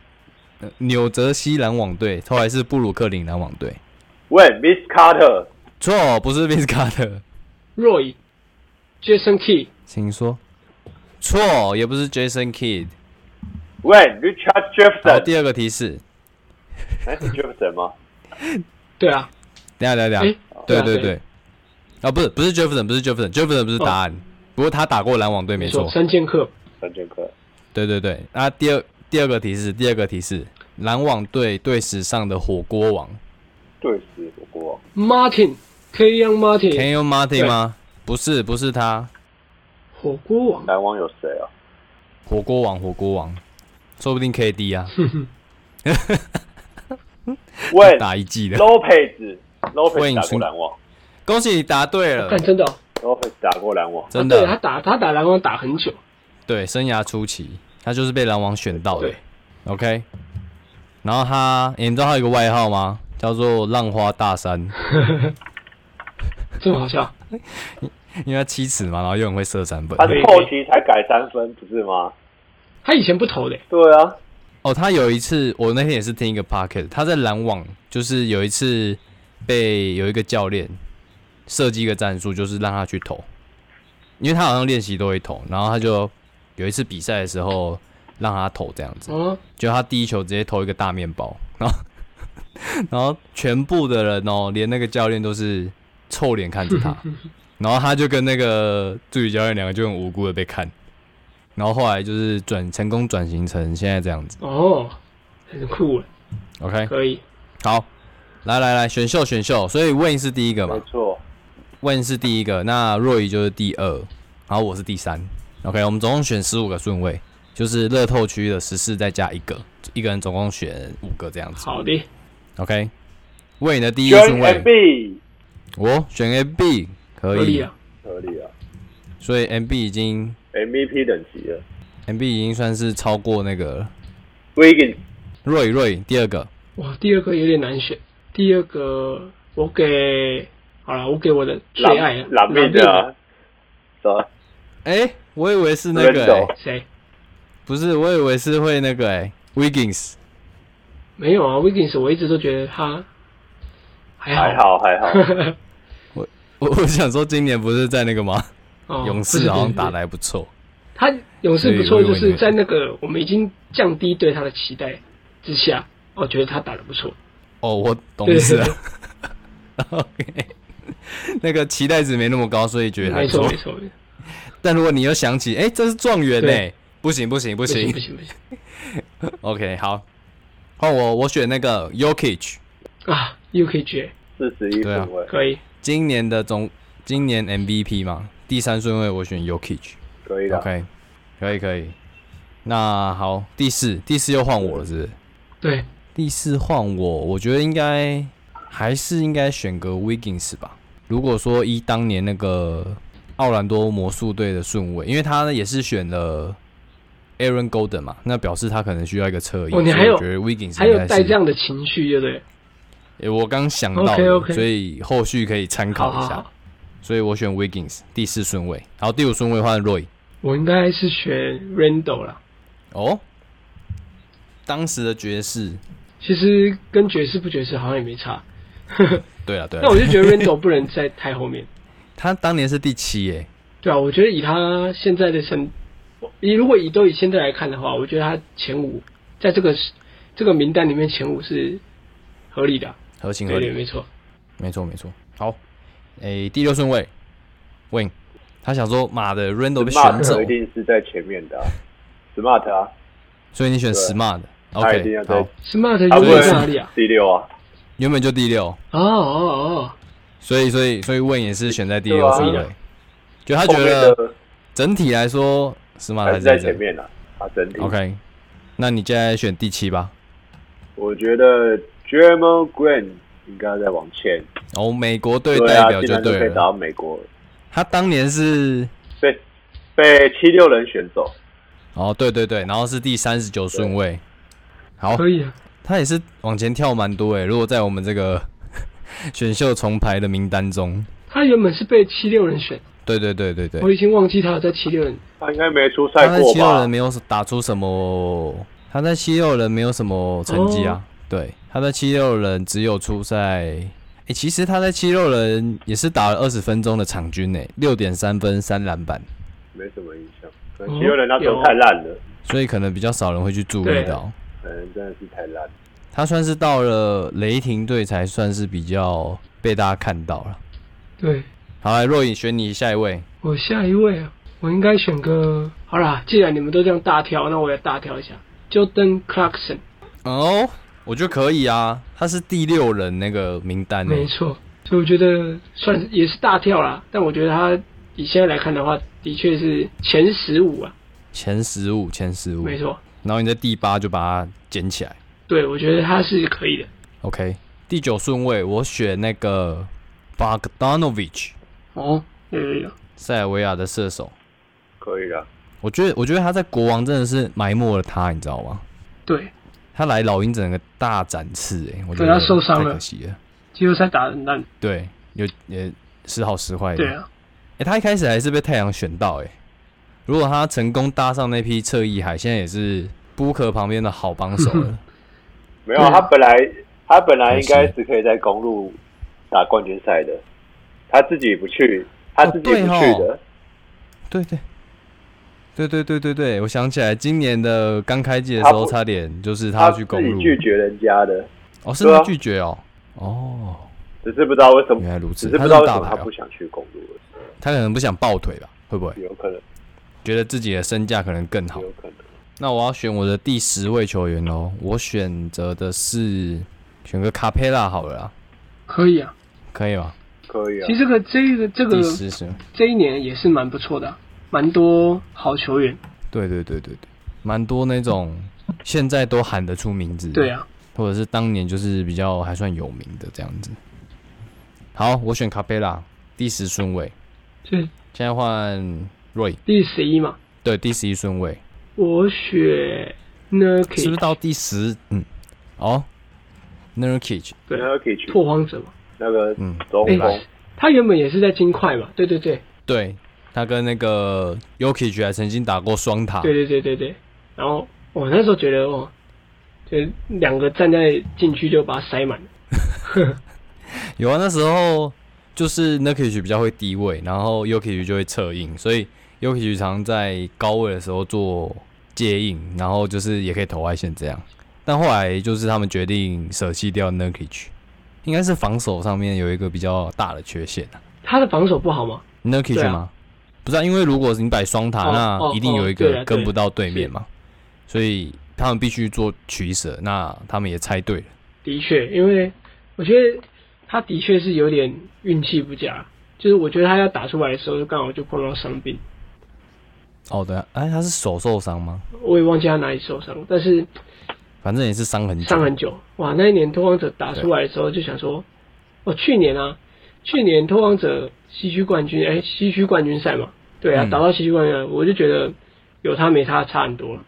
A: 呃纽泽西篮网队，后来是布鲁克林篮网队。
C: 喂，Miss Carter，
A: 错，不是 v i s c a 的，
B: Roy、Jason Key、
A: 请说。错，也不是 Jason Kidd。
C: 喂，Richard
A: 好，
C: Jefferson，
A: 第二个提示，
C: 哎是 Jefferson 吗？
B: 对啊，
A: 等一下等一下，
B: 哎
A: 对
B: 对啊
A: 对
B: 对
A: 对，啊，不是不是 Jefferson，不是 Jefferson，Jefferson 不是答案，不过他打过篮网队，没错。
B: 三剑客
C: 三剑客，
A: 对对对，啊，第二第二个提示，第二个提示，篮网队对史上的火锅王
C: 对死火锅，
B: Martin、K. Young
A: k
B: Martin、
A: a n Martin
B: 对
A: 吗？不是，不是他，
B: 火锅王，
C: 篮网有谁啊？
A: 火锅王，火锅王，说不定 KD 啊，
C: 喂
A: 打一季的。喂
C: ，Lopez，Lopez
A: 你
C: 打过
A: 说
C: 篮网
A: 恭喜你答对了
B: 看，真的哦，
C: ，Lopez 打过篮网，
A: 真
B: 啊对他
A: 的，
B: 打他打篮网打很久，
A: 对，生涯初期，他就是被篮网选到的
B: 对。
A: OK，然后他，诶你知道他有一个外号吗？叫做浪花大山，
B: 这么好笑。
A: 因为他七尺嘛，然后又很会射三分
B: 啊
C: 他。是后期才改三分，不是吗？
B: 他以前不投的，
C: 对啊，
A: 哦，他有一次，我那天也是听一个 pocket，他在篮网，就是有一次被有一个教练设计一个战术，就是让他去投，因为他好像练习都会投，然后他就有一次比赛的时候让他投这样子，
B: 嗯，
A: 就他第一球直接投一个大面包，然后 然后全部的人哦，连那个教练都是臭脸看着他，然后他就跟那个助理教练两个就很无辜的被看，然后后来就是转成功转型成现在这样子
B: 哦，很酷，
A: ，OK。
B: 可以。
A: 好，来来来，选秀选秀，所以 Win 是第一个
C: 没
A: 嘛
C: 错，
A: ，Win 是第一个，那若雨就是第二，然后我是第三。OK，我们总共选十五个顺位，就是乐透区的十四再加一个，一个人总共选五个这样子。
B: 好的，
A: OK，为你的第一个
C: j
A: 顺
C: o n
A: 位，
C: B
A: 我选 MB 可
B: 合理
A: 以，
B: 啊。
C: 合理啊
A: 所以 MB 已经
C: ，MVP 等级了
A: MB 已经算是超过那个了。
C: ，Wiggins
A: 若雨若雨第二个，
B: 哇，第二个有点难选，第二个我给好了，我给我的最爱啊
C: 蓝蓝面的啊，走啊，
A: 哎、我以为是那个、
C: Randall
A: 欸，
B: 谁？
A: 不是，我以为是会那个哎、Wiggins。
B: 没有啊，Wiggins，我一直都觉得他
A: 哎
B: 还好，
C: 还好还好，
A: 我 我想说，今年不是在那个吗？
B: 哦
A: 勇
B: 不
A: 士
B: 是
A: 好像
B: 不是
A: 打得还不错。
B: 他勇士不错，
A: 所以我以
B: 就
A: 为你
B: 是
A: 会
B: 在那个我们已经降低对他的期待之下，我觉得他打得不错。
A: 哦，我懂意思了。OK，那个期待值没那么高，所以觉得还
B: 没
A: 不
B: 错
A: 错
B: 没。错，没错
A: 但如果你又想起，哎、这是状元呢、
B: 对
A: 不行不行不
B: 不行
A: 行
B: 不行不行
A: OK，好，换我，我选那个 Yokich，
B: 啊！UKG
C: 四十一
A: 对啊
C: 顺位，
B: 可以，
A: 今年的总今年 MVP 嘛，第三顺位我选 Yokich。
C: 可以的，
A: OK，可以可以。那好，第四第四又换我了，是不是？
B: 对，
A: 第四换我，我觉得应该还是应该选个 Wiggins 吧。如果说依当年那个奥兰多魔术队的顺位，因为他呢也是选了 Aaron Golden 嘛，那表示他可能需要一个侧翼。
B: 哦你
A: 所
B: 还
A: 以
B: 有
A: 我觉得 Wiggins
B: 还
A: 应
B: 有
A: 该
B: 带
A: 是
B: 这样的情绪，对不对？
A: 诶我刚想到的
B: OK，OK
A: 所以后续可以参考
B: 好
A: 一
B: 好
A: 下。
B: 好，
A: 所以我选 Wiggins 第四顺位，然后第五顺位换 Roy。
B: 我应该是选 Randall 啦。
A: 哦，当时的爵士，
B: 其实跟爵士不爵士好像也没差。
A: 对了对
B: 那我
A: 了，
B: 就觉得 Randall 不能再太后面。
A: 他当年是第七耶，
B: 对啊，我觉得以他现在的身，以如果以都以现在来看的话，我觉得他前五在这个这个名单里面前五是合理的啊、
A: 合情合
B: 对对，
A: 理，
B: 没错。
A: 没错没错。好，诶、第六顺位 Win，他想说妈的 Randall 被选走
C: Smart 一，定是在前面的啊、Smart 啊，
A: 所以你选
C: 对啊
A: Smart
C: 他一定要
A: OK，
C: 在
A: 好，
B: Smart
C: 他
B: 就
C: 不
B: 位在哪里
C: 然
B: 啊？
C: 第六啊，
A: 原本就第六，
B: 哦哦
A: 所以所以所以 Win 也是选在第
C: 对
A: 六
C: 啊
A: 顺位，就他
C: 后
A: 觉
C: 面
A: 得
C: 的
A: 整体来说 Smart
C: 还
A: 还
C: 是
A: 是
C: 在
A: 在
C: 前面的、啊，他整体。
A: 这里。OK，那你现在选第七吧。
C: 我觉得 j e r m a n Green 应该再往前，
A: 哦，美国队
C: 对
A: 代
C: 啊，
A: 表
C: 竟
A: 就
C: 然都可以打
A: 了。
C: 到美国了，
A: 他当年是
C: 被被七六人选走，
A: 哦，对对对，然后是第三十九顺位。好
B: 哦，，可以啊。
A: 他也是往前跳蛮多欸诶。如果在我们这个 选秀重排的名单中，
B: 他原本是被七六人选，
A: 对对对对对
B: 我，已经忘记他有在七六人。
C: 他应该没出
A: 他
C: 赛
A: 在
C: 过
A: 七六
C: 吧
A: 人？没有打出什么，他在七六人没有什么成绩
C: 哦
A: 啊。对，他在七六人只有出赛，诶，其实他在七六人也是打了二十分钟的场均诶，六点三分三篮板，
C: 没什么印象，可
B: 嗯
C: 能七六人那时候太烂了，
A: 所以可能比较少人会去注意
B: 对
A: 到。
C: 可能真的是太烂了。
A: 他算是到了雷霆队才算是比较被大家看到了。
B: 对
A: 好，来若隐选你下一位，
B: 我下一位啊，我应该选个好啦。既然你们都这样大挑，那我也大挑一下。Jordan Clarkson，
A: 哦，我觉得可以啊，他是第六人那个名单哦呢。
B: 没错，所以我觉得算是也是大跳啦，但我觉得他以现在来看的话，的确是前十五啊，
A: 前十五，前十五，
B: 没错，
A: 然后你在第八就把它捡起来
B: 对我觉得他是可以的。
A: ，OK。第九顺位我选那个 Bogdanovich，
B: 哦，有有有，
A: 塞尔维亚的射手。
C: 可以了，
A: 我觉得，我觉得他在国王真的是埋没了他，你知道吗？
B: 对，
A: 他来老鹰整个大展翅、欸，我觉
B: 对
A: 得
B: 他受伤
A: 太
B: 了
A: 可惜了。
B: 季后赛打得很烂，
A: 对，有也时好时坏的。
B: 对啊，
A: 哎、他一开始还是被太阳选到哎、欸如果他成功搭上那批侧翼海，现在也是布克旁边的好帮手 了。
C: 没有
B: 嗯
C: 啊，他本来他本来应该是可以在公路打冠军赛的，他自己不去，他自己
A: 哦对
C: 不
A: 哦
C: 去的，
A: 对对，对对对对对，我想起来，今年的刚开季的时候，
C: 他不
A: 差点就是
C: 他
A: 他去
C: 自
A: 公
C: 己
A: 路，
C: 拒绝人家的，
A: 哦，是
C: 对啊
A: 他拒绝哦，哦，
C: 只是不知道为什
A: 原
C: 么，
A: 来如
C: 只
A: 此，
C: 是不
A: 他
C: 知道
A: 是
C: 为
A: 大
C: 什么
A: 牌
C: 他
A: 哦
C: 不，想去公路了，
A: 他可能不想抱腿吧？会不会
C: 有可能，
A: 觉得自己的身价可能更好？
C: 有可能。
A: 那我要选我的第十位球员喽，我选择的是选个卡佩拉好了啦，
B: 可以啊。
A: 可以吗？
C: 可以啊
B: 其，实这个这个这
C: 嗯
A: 第
B: 个
A: 十是。
B: 这一年也是蛮不错的啊、蛮多好球员。
A: 对对对对对，蛮多那种现在都喊得出名字，
B: 对，啊，
A: 或者是当年就是比较还算有名的这样子。好，我选卡贝拉第十顺位，
B: 这
A: 现在换瑞，
B: 第十一嘛，
A: 对，第十一顺位，
B: 我选 n u r k
A: 是不
B: i
A: 是到第十？嗯，哦 n u r k i c
B: 对
C: 那可以去
B: 拓荒者嘛，
C: 那个
A: 嗯，
C: 中
B: 哎
C: 锋，
B: 他原本也是在金块嘛，对对对，
A: 对他跟那个 y o k i c 还曾经打过双塔，
B: 对对对对对。然后我那时候觉得哦，就两个站在禁区就把它塞满了。
A: 有啊，那时候就是 n u r k i c 比较会低位，然后 y o k i c 就会侧应，所以 y o k i c 常在高位的时候做接应，然后就是也可以投外线这样。但后来就是他们决定舍弃掉 n u r k i c 应该是防守上面有一个比较大的缺陷啊。
B: 他的防守不好吗？
A: n u r k i c
B: 对啊
A: 吗？不是、啊，因为如果你摆双塔，
B: 哦哦
A: 那一定有一
B: 哦对啊
A: 个
B: 对
A: 跟不到对面嘛，所以他们必须做取舍。那他们也猜对了，
B: 的确，因为我觉得他的确是有点运气不佳，就是我觉得他要打出来的时候，就刚好就碰到伤病，
A: 哦，对啊，哎，他是手受伤吗？
B: 我也忘记他哪里受伤，但是
A: 反正也是伤很久，
B: 伤很久。哇，那一年拓荒者打出来的时候，就想说，哦，去年啊，去年拓荒者西区冠军，哎、西区冠军赛嘛，对啊，
A: 嗯
B: 打到西区冠军赛，我就觉得有他没他差很多了，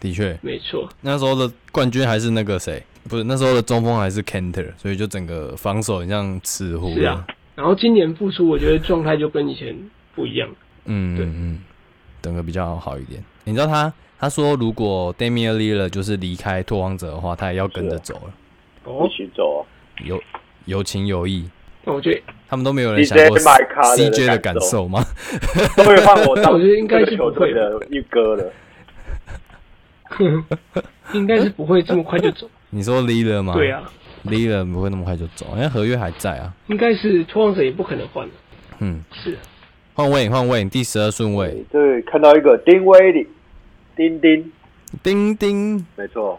A: 的确。
B: 没错，
A: 那时候的冠军还是那个谁，不是那时候的中锋还是 Canter，所以就整个防守很像纸糊。
B: 是啊，然后今年复出，我觉得状态就跟以前不一样。
A: 嗯，
B: 对
A: 嗯嗯，整个比较好一点。你知道他他说，如果 Damian l i l l a 就是离开拓荒者的话，他也要跟着走了，
B: 哦
C: 一，起走、哦。
A: 有有情有义，
B: 那我觉得，
A: 他们都没有人想
C: DJ
A: 过
C: 麦卡的
A: CJ 的感
C: 感受
A: 受吗？
C: 会不会换我当
B: 哎我觉得应该是
C: 这个球队的一哥了。
B: 应该是不会这么快就 走。
A: 你说 l i l l a 吗？
B: 对啊，
A: l i l l a 不会那么快就走，因为合约还在啊。
B: 应该是托荒者也不可能换了。
A: 嗯，
B: 是，啊
A: 换位换位，第十二顺位，
C: 对，看到一个丁威利，丁丁，
A: 丁丁
C: 没错，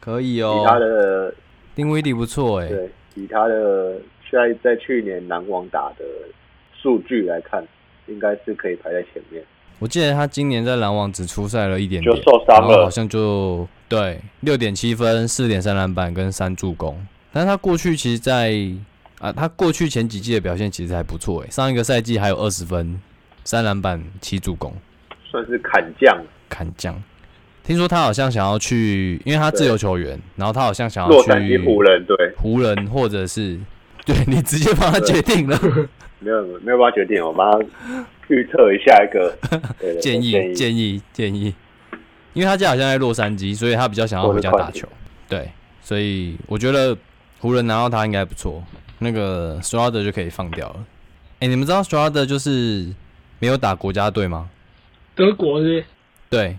A: 可以
C: 以他
A: 哦，
C: 的
A: 丁威迪不错哎，
C: 对，以他的在在去年篮网打的数据来看，应该是可以排在前面。
A: 我记得他今年在篮网只出赛了一点点，
C: 就受伤了
A: 然后好像就对六点七分、四点三篮板跟三助攻。但是他过去其实在，啊，他过去前几季的表现其实还不错诶，欸上一个赛季还有二十分、三篮板、七助攻，
C: 算是砍将
A: 砍将。听说他好像想要去，因为他自由球员，然后他好像想要
C: 洛
A: 去
C: 杉矶湖人，对，
A: 湖人或者是对你直接帮他决
C: 对
A: 定了
C: 没有没有办法决定，我帮他预测一下一 个对对对
A: 建议
C: 建议，
A: 建议建议，因为他家好像在洛杉矶，所以他比较想要回家打球。对，所以我觉得湖人拿到他应该不错，那个 Strada 就可以放掉了。哎、你们知道 Strada 就是没有打国家队吗？
B: 德国是不是
A: 对，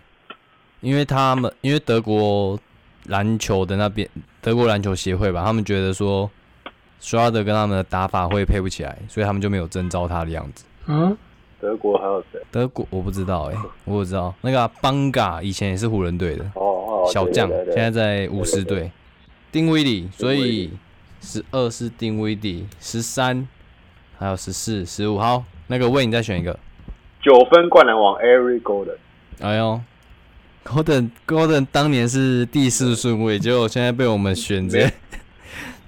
A: 因为他们因为德国篮球的那边德国篮球协会吧，他们觉得说 Strada 跟他们的打法会配不起来，所以他们就没有征召他的样子。
B: 啊，
C: 德国还有谁？
A: 德国我不知道哎、我只知道那个啊邦嘎以前也是湖人队的，
C: 哦哦，
A: 小将，
C: 对对对
A: 现在在巫师队。丁威迪，所以十二是丁威迪，十三还有十四、十五。好，那个魏，你再选一个。
C: 九分灌篮王 Every Golden，
A: 哎呦，Golden Golden 当年是第四顺位，结果现在被我们选择，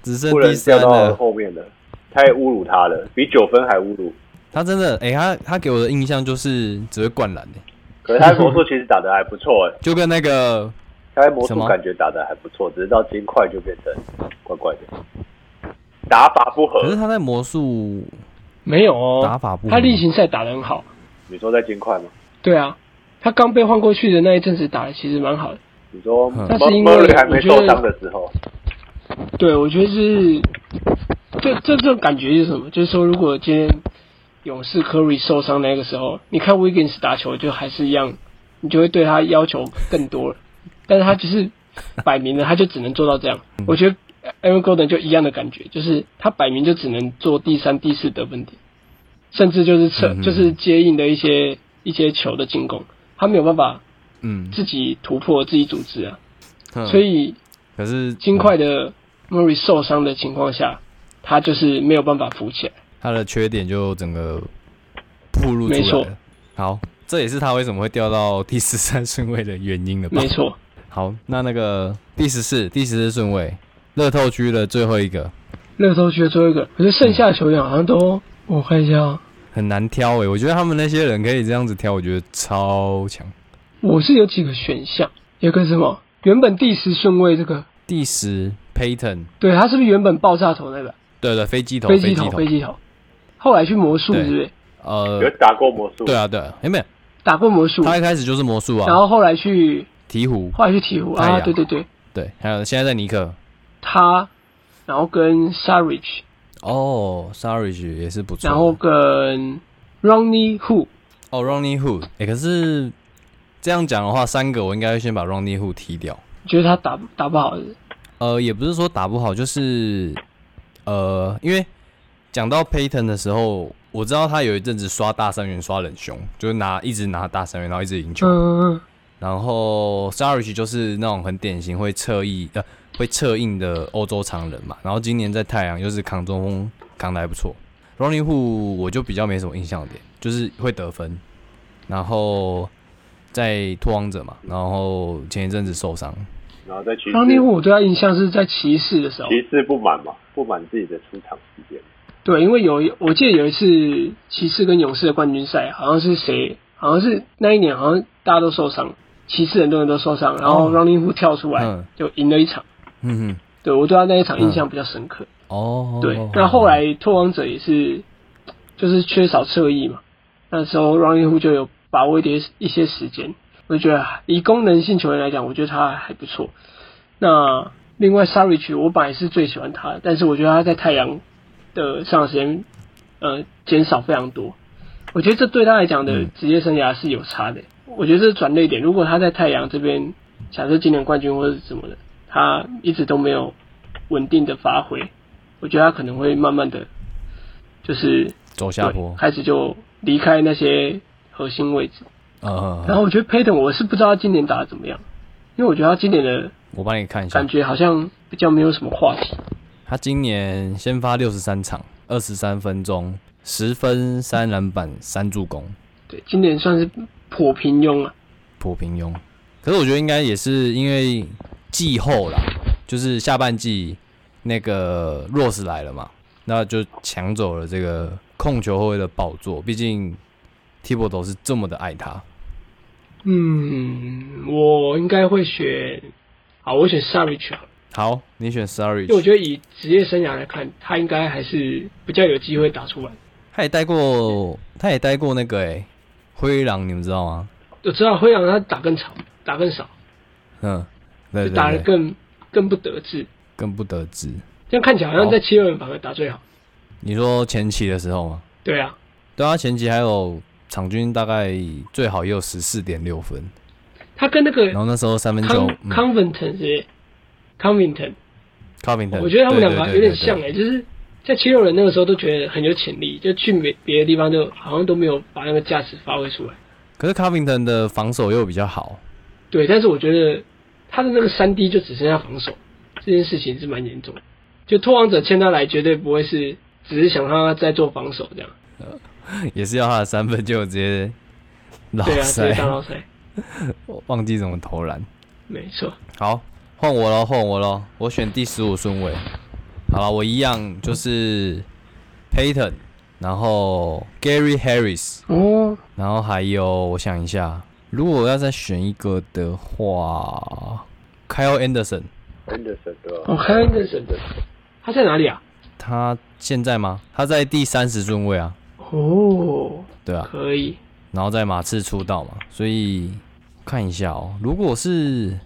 A: 只剩
C: 湖人
A: 第
C: 掉
A: 三啊
C: 到
A: 了。
C: 后面的，太侮辱他了，比九分还侮辱。
A: 他真的，哎、他他给我的印象就是只会灌篮、欸，
C: 可是他魔术其实打得还不 错哎，
A: 就跟那个
C: 他在魔
A: 什
C: 术
A: 么
C: 感觉打得还不错，只是到金块就变成怪怪的，打法不合
A: 可。是他在魔术
B: 没有哦，
A: 打法不
B: 他
A: 合
B: 例行赛打得很好。
C: 你说在金块吗？
B: 对啊，他刚被换过去的那一阵子打的其实蛮好的。
C: 你说
A: 嗯
C: m
B: 但是
C: u
B: 因
C: r
B: 为
C: r 还没
B: 我觉得
C: 受伤的时候，
B: 对，我觉得是这这这感觉是什么？就是说，如果今天勇士 Curry 受伤那个时候，你看 Wiggins 打球就还是一样，你就会对他要求更多了。但是他就是摆明了，他就只能做到这样。
A: 嗯
B: 我觉得 Aaron Golden 就一样的感觉，就是他摆明就只能做第三、第四得分点，甚至就是侧
A: 嗯，哼
B: 就是接应的一些一些球的进攻，他没有办法
A: 嗯，
B: 自己突破、自己组织啊。
A: 哼
B: 所以
A: 可是嗯
B: 金块的 Murray 受伤的情况下，他就是没有办法扶起来。
A: 他的缺点就整个暴露出
B: 没
A: 来
B: 错
A: 了。好，这也是他为什么会掉到第十三顺位的原因了吧
B: 没？错，
A: 好，那那个第十四、第十四顺位，乐透区的最后一个，
B: 热搜区的最后一个，可是剩下的球员好像都，我看一下啊，
A: 很难挑欸诶、我觉得他们那些人可以这样子挑，我觉得超强。
B: 我是有几个选项，有个什么，原本第十顺位这个，
A: 第十，Payton，
B: 对他是不是原本爆炸头那个
A: 对对，哦飞机头，
B: 飞
A: 机
B: 机头飞机头，后来去魔术
A: 对
B: 是不是？
A: 呃
C: 有，打过魔术，
A: 对啊，对啊，有没有？
B: 打过魔术，
A: 他一开始就是魔术
B: 然
A: 啊，
B: 后后来去
A: 鹈鹕，
B: 后来去鹈鹕
A: 太
B: 啊，
A: 阳
B: 对对对，
A: 对，还有现在在尼克，
B: 他，然后跟 Sarich，
A: 哦 s a r i g e 也是不错的，
B: 然后跟 Ronnie Hu，
A: 哦，Ronnie Hood，哎、可是这样讲的话，三个我应该会先把 Ronnie Hood 踢掉。
B: 觉得他打打不好的，
A: 呃，也不是说打不好，就是呃，因为讲到 Payton 的时候，我知道他有一阵子刷大三元刷得很凶，就是拿一直拿大三元，然后一直赢球。
B: 嗯。
A: 然后 s a r i g e 就是那种很典型会侧翼呃会侧应的欧洲常人嘛，然后今年在太阳又是扛中锋扛的还不错。Ronnie Hu 我就比较没什么印象的点，就是会得分，然后在拓荒者嘛，然后前一阵子受伤，
C: 然后在骑
B: 当年
C: 士，
B: 我对他印象是在骑士的时候，
C: 骑士不满嘛，不满自己的出场时间，
B: 对，因为有一我记得有一次骑士跟勇士的冠军赛，好像是谁，好像是那一年，好像大家都受伤，骑士很多人都受伤，然后
A: 哦
B: Running Hood 跳出来、
A: 嗯
B: 就赢了一场，
A: 嗯哼，
B: 对我对他那一场印象比较深刻。
A: 哦，
B: 对，那后来拓荒者也是，就是缺少侧翼嘛。那时候 Rounding Who 就有把握一些一些时间，我就觉得以功能性球员来讲，我觉得他还不错。那另外 Sarich 我本来是最喜欢他的，但是我觉得他在太阳的上场时间呃减少非常多，我觉得这对他来讲的
A: 嗯
B: 职业生涯是有差的。我觉得这是转捩点。如果他在太阳这边，假设今年冠军或者是什么的，他一直都没有稳定的发挥，我觉得他可能会慢慢的，就是
A: 走下
B: 对
A: 坡，
B: 开始就离开那些核心位置。
A: 呃，
B: 然后我觉得 Payton 我是不知道他今年打的怎么样，因为我觉得他今年的
A: 我帮你看一下
B: 感，觉好像比较没有什么话题。
A: 他今年先发六十三场，二十三分钟，十分三篮板三助攻，
B: 对，今年算是颇平庸啊。
A: 颇平庸。可是我觉得应该也是因为季后啦，就是下半季那个 Rose 来了嘛，那就抢走了这个控球后卫的宝座。毕竟 t i b o 都是这么的爱他，
B: 嗯，我应该会选，好，我选 Savage，好了
A: 好，你选 Sorry，
B: 因为我觉得以职业生涯来看，他应该还是比较有机会打出来。
A: 他也待过，他也待过那个诶、欸、灰狼，你们知道吗？
B: 我知道会让他打更少，打更少，
A: 嗯，对
B: 就
A: 对
B: 打得
A: 对，
B: 更更不得志。
A: 更不得志。
B: 这样看起来好像在七六人反而打最好。
A: 你说前期的时候吗？
B: 对啊，
A: 对啊，前期还有场均大概最好也有十四点六分，
B: 他跟那个
A: 然后那嗯时候三分球
B: 康，康 n 腾是康 n 腾，
A: c o v i n t o n
B: 我觉得他们两个有点像哎、就是在七六人那个时候都觉得很有潜力，就去别别的地方就好像都没有把那个价值发挥出来。
A: 可是 Covington 的防守又比较好，
B: 对，但是我觉得他的那个三 D 就只剩下防守，这件事情是蛮严重的。就拓王者签他来，绝对不会是只是想让他在做防守这样，
A: 也是要他的三分就直接老
B: 对啊，直接
A: 塞，
B: 打到谁？
A: 忘记怎么投篮。
B: 没错，
A: 好，换我喽，换我喽，我选第十五顺位。好了，我一样就是 Payton，然后 Gary Harris，
B: 哦，
A: 然后还有我想一下，如果我要再选一个的话，Kyle Anderson，
C: Anderson 对吧？
B: 哦，还有 Anderson，他在哪里啊？
A: 他现在吗？他在第三十顺位啊，
B: 哦，
A: 对啊，
B: 可以，
A: 然后在马刺出道嘛，所以看一下哦。如果是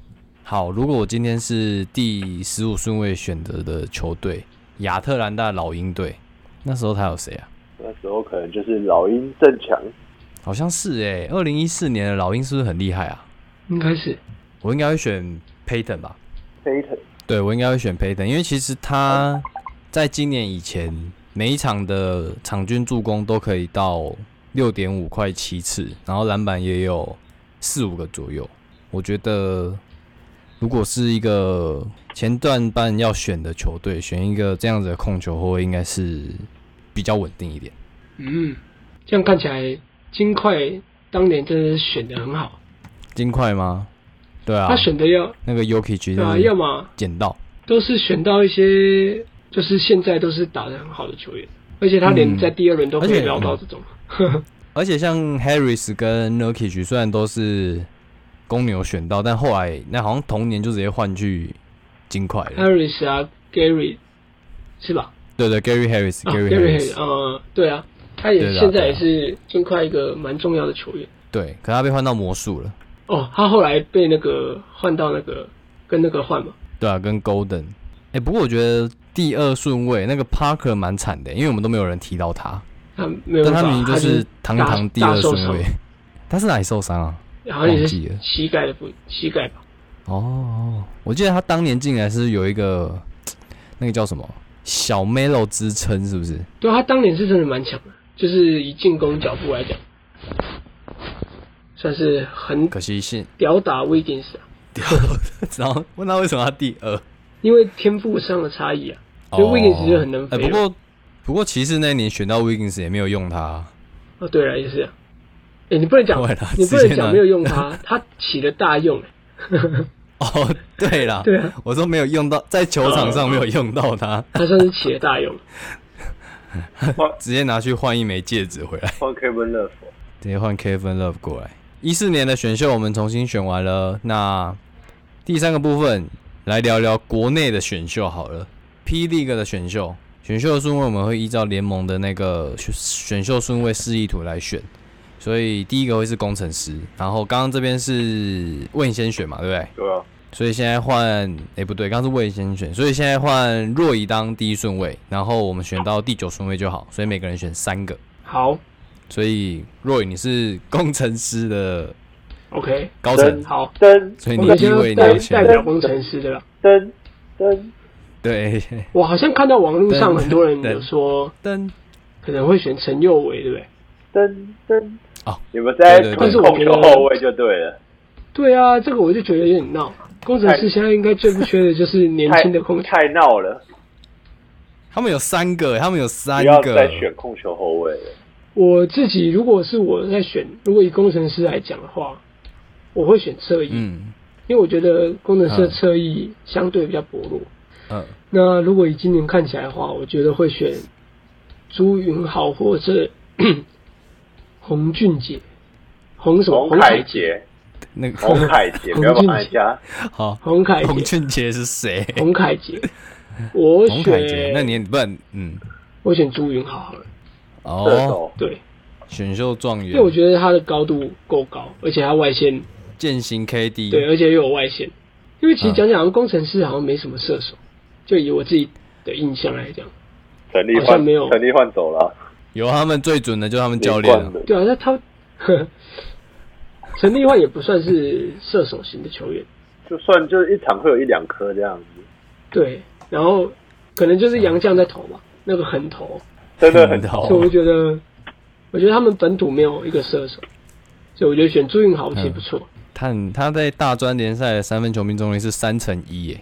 A: 好，如果我今天是第十五顺位选择的球队亚特兰大老鹰队，那时候他有谁啊？
C: 那时候可能就是老鹰正强，
A: 好像是诶、2二零一四年的老鹰是不是很厉害啊？
B: 应该是
A: 我应该会选 Payton 吧？
C: Payton
A: 对，我应该会选 Payton，因为其实他
B: 哦
A: 在今年以前每一场的场均助攻都可以到六点五块七次，然后篮板也有四五个左右。我觉得如果是一个前段半要选的球队，选一个这样子的控球后卫，应该是比较稳定一点。
B: 嗯，这样看起来金块当年真的是选的很好，
A: 金块吗？对啊
B: 他，选的要
A: 那个 Yuki 其
B: 对啊，要
A: 实
B: 么
A: 捡到，
B: 都是选到一些就是现在都是打的很好的球员，而且他连
A: 嗯
B: 在第二轮都可
A: 而
B: 以
A: 且
B: 捞到
A: 嗯
B: 这种，
A: 而且像 Harris 跟 Nurkic 虽然都是公牛选到，但后来那好像同年就直接换去金块了。
B: Harris 啊，Gary 是吧？
A: 对对，Gary
B: 啊
A: Harris，Gary
B: ，Gary
A: Harris，
B: Harris，呃，对啊，他也
A: 对啦
B: 现在
A: 对
B: 也
A: 啦
B: 是金块一个蛮重要的球员。
A: 对，可他被换到魔术了。
B: 哦，他后来被那个换到那个跟那个换嘛，
A: 对啊，跟 Golden。哎、不过我觉得第二顺位那个 Parker 蛮惨的，因为我们都没有人提到他，
B: 他没有
A: 但
B: 办法，
A: 他明明
B: 他
A: 是堂
B: 大
A: 堂第二顺，
B: 大受
A: 位
B: 伤。
A: 他是哪里受伤啊？
B: 好像也
A: 忘记
B: 是
A: 了
B: 膝盖的部膝盖吧，
A: 哦，我记得他当年进来是有一个那个叫什么小 Melo 之称，是不是？
B: 对啊他当年是真的蛮强的，就是以进攻脚步来讲，算是很
A: 可惜是
B: 吊打 w i g g i n s 啊，
A: 然后问他为什么他第二，
B: 因为天赋上的差异啊，所以 w i g g i n s 就很能
A: 哦哎、
B: 飞啊了。
A: 不过不过骑士那一年选到 Wiggins 也没有用他，
B: 哦，对了，也是啊，哎，你不能讲
A: 对啦，啊
B: 你不能
A: 直接拿
B: 讲没有用他，他起了大用、欸，
A: 哦，对啦，
B: 对嗯啊，
A: 我说没有用到，在球场上没有用到他，
B: 他算是起了大用。
A: 直接拿去换一枚戒指回来，
C: 换 Kevin Love，
A: 直接换 Kevin Love 过来。一四年的选秀我们重新选完了，那第三个部分来聊聊国内的选秀好了。P League 的选秀，选秀的顺位我们会依照联盟的那个选选秀顺位示意图来选，所以第一个会是工程师，然后刚刚这边是问先选嘛，对不对？
C: 对啊，
A: 所以现在换，哎、不对，刚刚是魏先选，所以现在换若仪当第一顺位，然后我们选到第九顺位就好，所以每个人选三个。
B: 好
A: 所以若仪你是工程师的
B: ，OK，
A: 高层
C: 真，
B: 好，
C: 噔
A: 所以
B: 我
A: 你
B: 们
A: 第一
B: 现
A: 位你要
B: 在代代
A: 选
B: 表工程师的啦。
C: 噔噔，
A: 对，
B: 我好像看到网络上
A: 对
B: 很多人
A: 对
B: 有说
A: 噔，
B: 可能会选陈佑伟，对不对？
C: 噔噔
A: 哦
C: 你们在
A: 对对对
C: 控球后卫就对了，
B: 对啊，这个我就觉得有点闹。工程师现在应该最不缺的就是年
C: 太
B: 轻的控球，
C: 太闹了，
A: 他们有三个，他们有
C: 不
A: 三
C: 要
A: 个
C: 再，选控球后卫了。
B: 我自己如果是我在选，如果以工程师来讲的话，我会选侧翼，
A: 嗯
B: 因为我觉得工程师的
A: 嗯
B: 侧翼相对比较薄弱。
A: 嗯，
B: 那如果以今年看起来的话，我觉得会选朱云豪或者 洪俊杰，洪什么？
C: 洪
B: 洪
C: 凯
B: 凯
C: 杰，
A: 那个
C: 洪 凯杰，不要帮人家。
A: 好，
B: 洪凯
A: 洪
B: 杰，
A: 俊杰是谁？
B: 洪凯杰，我
A: 洪凯杰，那
B: 选
A: 你不然嗯，
B: 我选朱云豪好了，
C: 射
A: 哦，
C: 手
B: 对，
A: 选秀状
B: 因为我
A: 元，
B: 觉得他的高度够高，而且他外线
A: 践行 KD，
B: 对，而且又有外线。因为其实
A: 嗯
B: 讲讲，好像工程师好像没什么射手，就以我自己的印象来讲，
C: 陈立
B: 好
C: 焕
B: 像没有，
C: 陈立焕走了，
A: 有他们最准的就是他们教练
C: 连
A: 了
C: 冠。的
B: 对啊，那他 呵陈立焕也不算是射手型的球员，
C: 就算就是一场会有一两颗这样子，
B: 对，然后可能就是杨绛在投吧，那个横投，
C: 真的很
A: 哦
C: 好。
B: 所以我觉得，我觉得他们本土没有一个射手，所以我觉得选朱云豪其实不错。
A: 他很他在大专联赛的三分球命中率是三乘一，耶，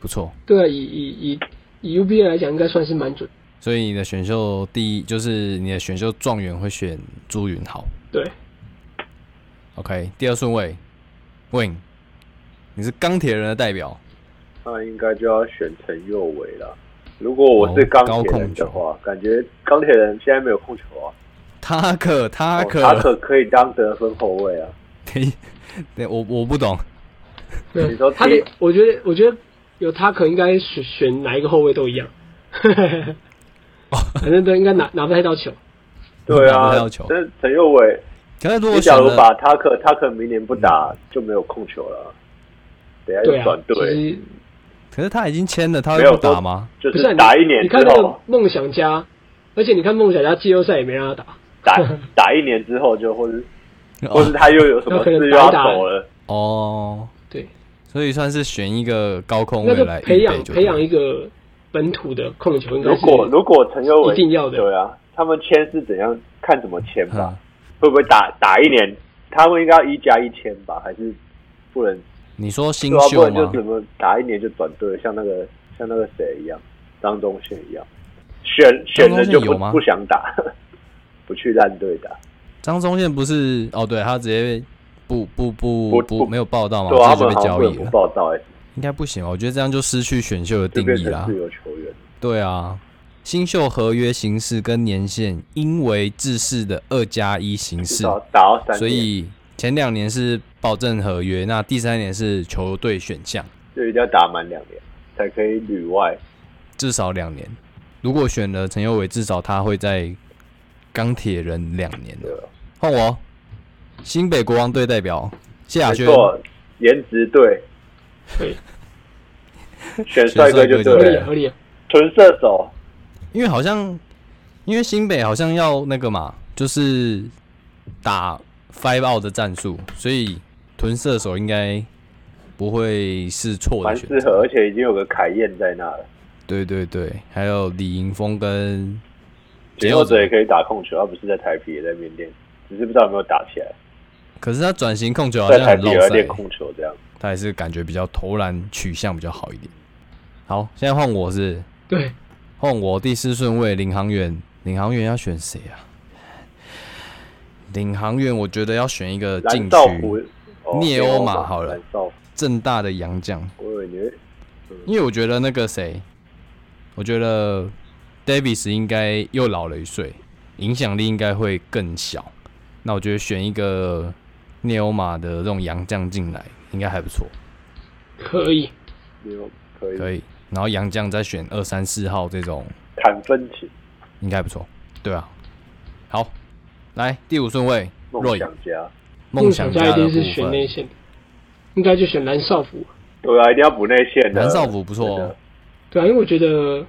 A: 不错。
B: 对啊，以以以以 UBA 来讲，应该算是蛮准。
A: 所以你的选秀第一就是你的选秀状元会选朱云豪
B: 对，
A: ，OK，第二顺位，Win，你是钢铁人的代表，
C: 那应该就要选陈佑伟了。如果我是钢铁人的
A: 哦
C: 话，感觉钢铁人现在没有控球啊，
A: 塔克塔
C: 哦
A: 克，
C: 塔可可以当得分后卫啊。
A: 等一等一我我不懂，
B: 对啊
C: 你说
B: 他的
C: 贴，
B: 我觉得，我觉得有他可应该选选哪一个后卫都一样， 反正都应该拿拿不太到球。
C: 对
A: 打
C: 啊
A: 不到球，
C: 但是陈佑伟，
A: 可是如
C: 你
A: 果选
C: 假如
A: 了
C: 把塔可塔可明年不打就没有控球了啊，等下
B: 嗯对
C: 就
B: 啊
C: 转，
B: 其
C: 队，
B: 实
A: 可是他已经签了，他
C: 没
A: 会
C: 有
A: 不打吗？
C: 就
B: 不是啊
C: 是
B: 你
C: 打一年
B: 你
C: 之
B: 看那个
C: 后，
B: 梦想家，而且你看梦想家季后赛也没让他打，
C: 打 打一年之后就或是或是
A: 哦
C: 他又有什么事又要走了，
A: 哦，
B: 对，
A: 所以算是选一个高控
B: 那
A: 位
B: 就
A: 哦来
B: 培
A: 预
B: 养
A: 备就
B: 培
A: 对
B: 养
A: 了。
B: 一个本土的控球，应该
C: 如
B: 是
C: 果如果陈佑伟
B: 一定要的
C: 对啊，他们签是怎样看怎么签吧
A: 嗯，
C: 会不会打打一年？他们应该要一加一签吧，还是不能？
A: 你说新
C: 对啊，不
A: 秀
C: 然就
A: 吗？
C: 怎么打一年就转队，像那个像那个谁一样，张忠宪一样，选选
A: 张
C: 了就
A: 忠宪
C: 不
A: 有吗
C: 不想打， 不去烂队打，
A: 张宗宪不是哦，对他直接不不不
C: 不
A: 不
C: 不
A: 没有报道嘛，
C: 对啊，
A: 直接被
C: 他们好像
A: 交
C: 不
A: 易
C: 能不
A: 了，
C: 报道哎、
A: 应该不行哦。我觉得这样就失去选秀的
C: 就
A: 定
C: 变
A: 义
C: 成
A: 啦
C: 自。由球员。
A: 对啊，新秀合约形式跟年限因为制式的二加一形
C: 至
A: 式，
C: 少打到三年，
A: 所以前两年是保证合约，那第三年是球队选项，
C: 就一定要打满两年才可以旅外。
A: 至少两年。如果选了陈佑伟，至少他会在钢铁人两年
C: 对
A: 的。
C: 啊
A: 换我，新北国王队代表谢亚
C: 没
A: 轩，
C: 错，颜值对，
B: 对
C: 选帅哥就
A: 选帅哥
B: 合理啊
C: 对
A: 就
C: 了，
B: 合理。
C: 纯射手。
A: 因为好像，因为新北好像要那个嘛，就是打 five out 的战术，所以囤射手应该不会是错
C: 蛮
A: 的选
C: 适合，
A: 择。
C: 而且已经有个凯燕在那了。
A: 对对对，还有李盈峰跟
C: 简佑哲也可以打控球，他不是在台北也在缅甸，只是不知道有没有打起来。
A: 可是他转型控球好
C: 在
A: 像
C: 台
A: 很
C: 北
A: 漏
C: 也在
A: 塞
C: 练，控球这样。
A: 他还是感觉比较投篮取向比较好一点。好，现在换我是
B: 对，
A: 换我第四顺位领航员，领航员要选谁啊？领航员我觉得要选一个禁区
C: 蓝少虎，哦
A: 聂欧马好了
C: 蓝少虎，
A: 正大的洋将，
C: 我以为你会
A: 因为我觉得那个谁，我觉得 Davis 应该又老了一岁，影响力应该会更小。那我觉得选一个涅欧马的这种洋将进来，应该还不错。
B: 可以。
C: 有可以
A: 可以。然后杨绛再选二三四号这种，
C: 砍分题，
A: 应该不错。对啊，好，来第五顺位
C: 梦
A: Roy
C: 想家。
A: 梦想
B: 想
A: 家
B: 一
A: 的
B: 定
A: 部
B: 是选内
A: 分，
B: 线，应该就选蓝少辅，
C: 对啊，一定要补内线的。
A: 蓝少辅不错
C: 真
A: 哦
C: 的，，
B: 对啊，因为我觉得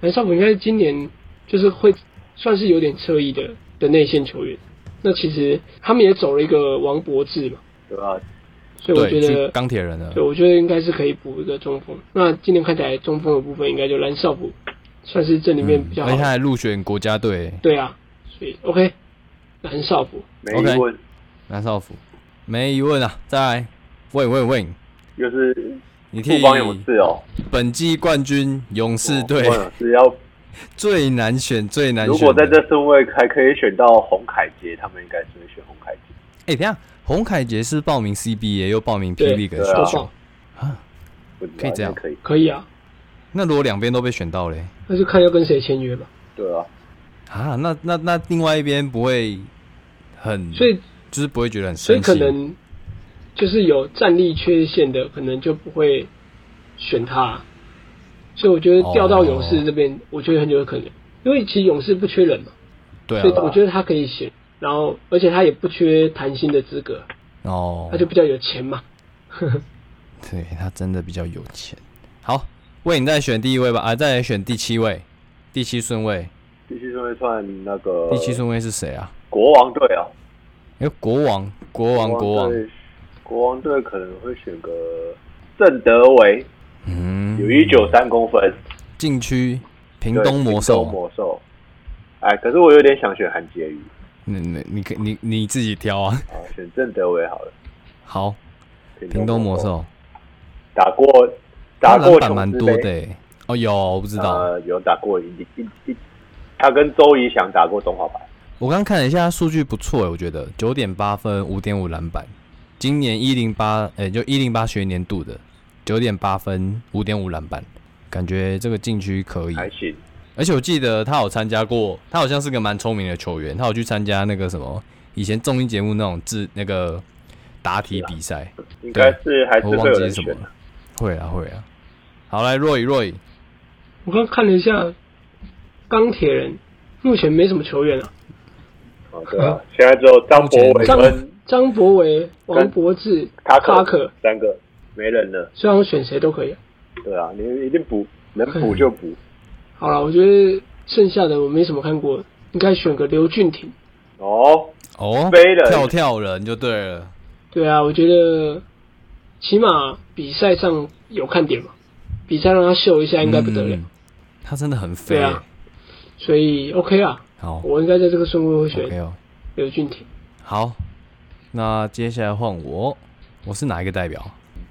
B: 蓝少辅应该是今年就是会算是有点侧翼的的内线球员。那其实他们也走了一个王柏志嘛，
C: 对啊，
B: 所以我觉
A: 去
B: 得
A: 钢铁人了
B: 对，。我觉得应该是可以补一个中锋。那今年看起来中锋的部分应该就蓝少补，算是这里面
A: 嗯
B: 比较
A: 而
B: 好。
A: 且他还入选国家队，
B: 对啊，所以 OK，蓝少补。
C: 没
A: OK
C: 疑问，
A: 蓝少辅，没疑问啊。再来，喂喂喂，
C: 又是
A: 你替
C: 不帮勇士哦，
A: 本季冠军勇士队
C: 富邦勇士要
A: 最难选，最难选
C: 如
A: 的。
C: 果在这顺位还可以选到洪凯杰，他们应该是会选洪凯杰。
A: 哎、等一下，洪凯杰是报名 CBA 又报名 P
B: 对
A: League
C: 对啊
A: 选
B: 都
A: 秀
B: 放
A: 啊？
C: 不知道
A: 可以这样
C: 应该可以，
B: 可以啊，
A: 那如果两边都被选到嘞
B: 那就看要跟谁签约吧。
C: 对啊，
A: 啊？那那那另外一边不会很，
B: 所以
A: 就是不会觉得很
B: 所以
A: 生气，
B: 可能就是有战力缺陷的，可能就不会选他。所以我觉得调到勇士这边，
A: 哦
B: 我觉得很有可能，因为其实勇士不缺人嘛，
A: 对
B: 所以
A: 啊，
B: 我觉得他可以选。然后，而且他也不缺谈薪的资格，
A: 哦
B: 他，就比较有钱嘛。
A: 对他真的比较有钱。好，为你再选第一位吧，啊，再来选第七位，第七顺位，
C: 第七顺位算那个
B: 呃
A: 第七顺位是谁啊？
C: 国王队啊，
A: 哎、国王，国王，国王，
C: 队，国王队可能会选个郑德维，
A: 嗯，
C: 有一九三公分，
A: 禁区，屏
C: 对
A: 东魔
C: 屏东
A: 兽，
C: 魔兽。哎，可是我有点想选韩杰宇
A: 你你你可你你自己挑啊。
C: 啊，选郑德维好了。
A: 好，
C: 屏
A: 屏东魔兽。
C: 打过，
A: 他
C: 打
A: 篮
C: 过
A: 板
C: 琼
A: 蛮
C: 斯
A: 多
C: 杯
A: 的、欸。哦，有，我不知道。
C: 呃，有打过一一一，他跟周怡翔打过中华白，
A: 我刚看了一下，他数据不错、欸，我觉得九点八分，五点五篮板。今年一零八，哎，就一零八学年度的九点八分，五点五篮板，感觉这个禁区可以。
C: 还行。
A: 而且我记得他有参加过，他好像是个蛮聪明的球员，他有去参加那个什么以前综艺节目那种自那个答题比赛。
C: 应该是啊还是
A: 我忘
C: 会有
A: 记
C: 人
A: 是什
C: 选
A: 么
C: 的。
A: 了。会啊会啊。好，来若雨若雨，
B: 我刚看了一下，钢铁人目前没什么球员啊，
C: 哦，对啊，现在只有张博伟
B: 张
C: 跟
B: 张博维、王柏志、
C: 卡
B: 卡
C: 克
B: 克，
C: 三个没人了，
B: 虽然我选谁都可以啊。
C: 对啊，你一定补，能补
A: 哎
C: 就补。
B: 好了，我觉得剩下的我没什么看过，应该选个刘俊廷。
C: 哦，
A: 哦，
C: 飞人
A: 跳跳人就对了。
B: 对啊，我觉得起码比赛上有看点嘛，比赛让他秀一下应该不得了，
A: 嗯他真的很飞、欸
B: 对啊所以 OK 啊，
A: 好
B: 我应该在这个顺位会
A: ，OK
B: 选
A: 哦，
B: 刘俊廷。
A: 好，那接下来换我，我是哪一个代表？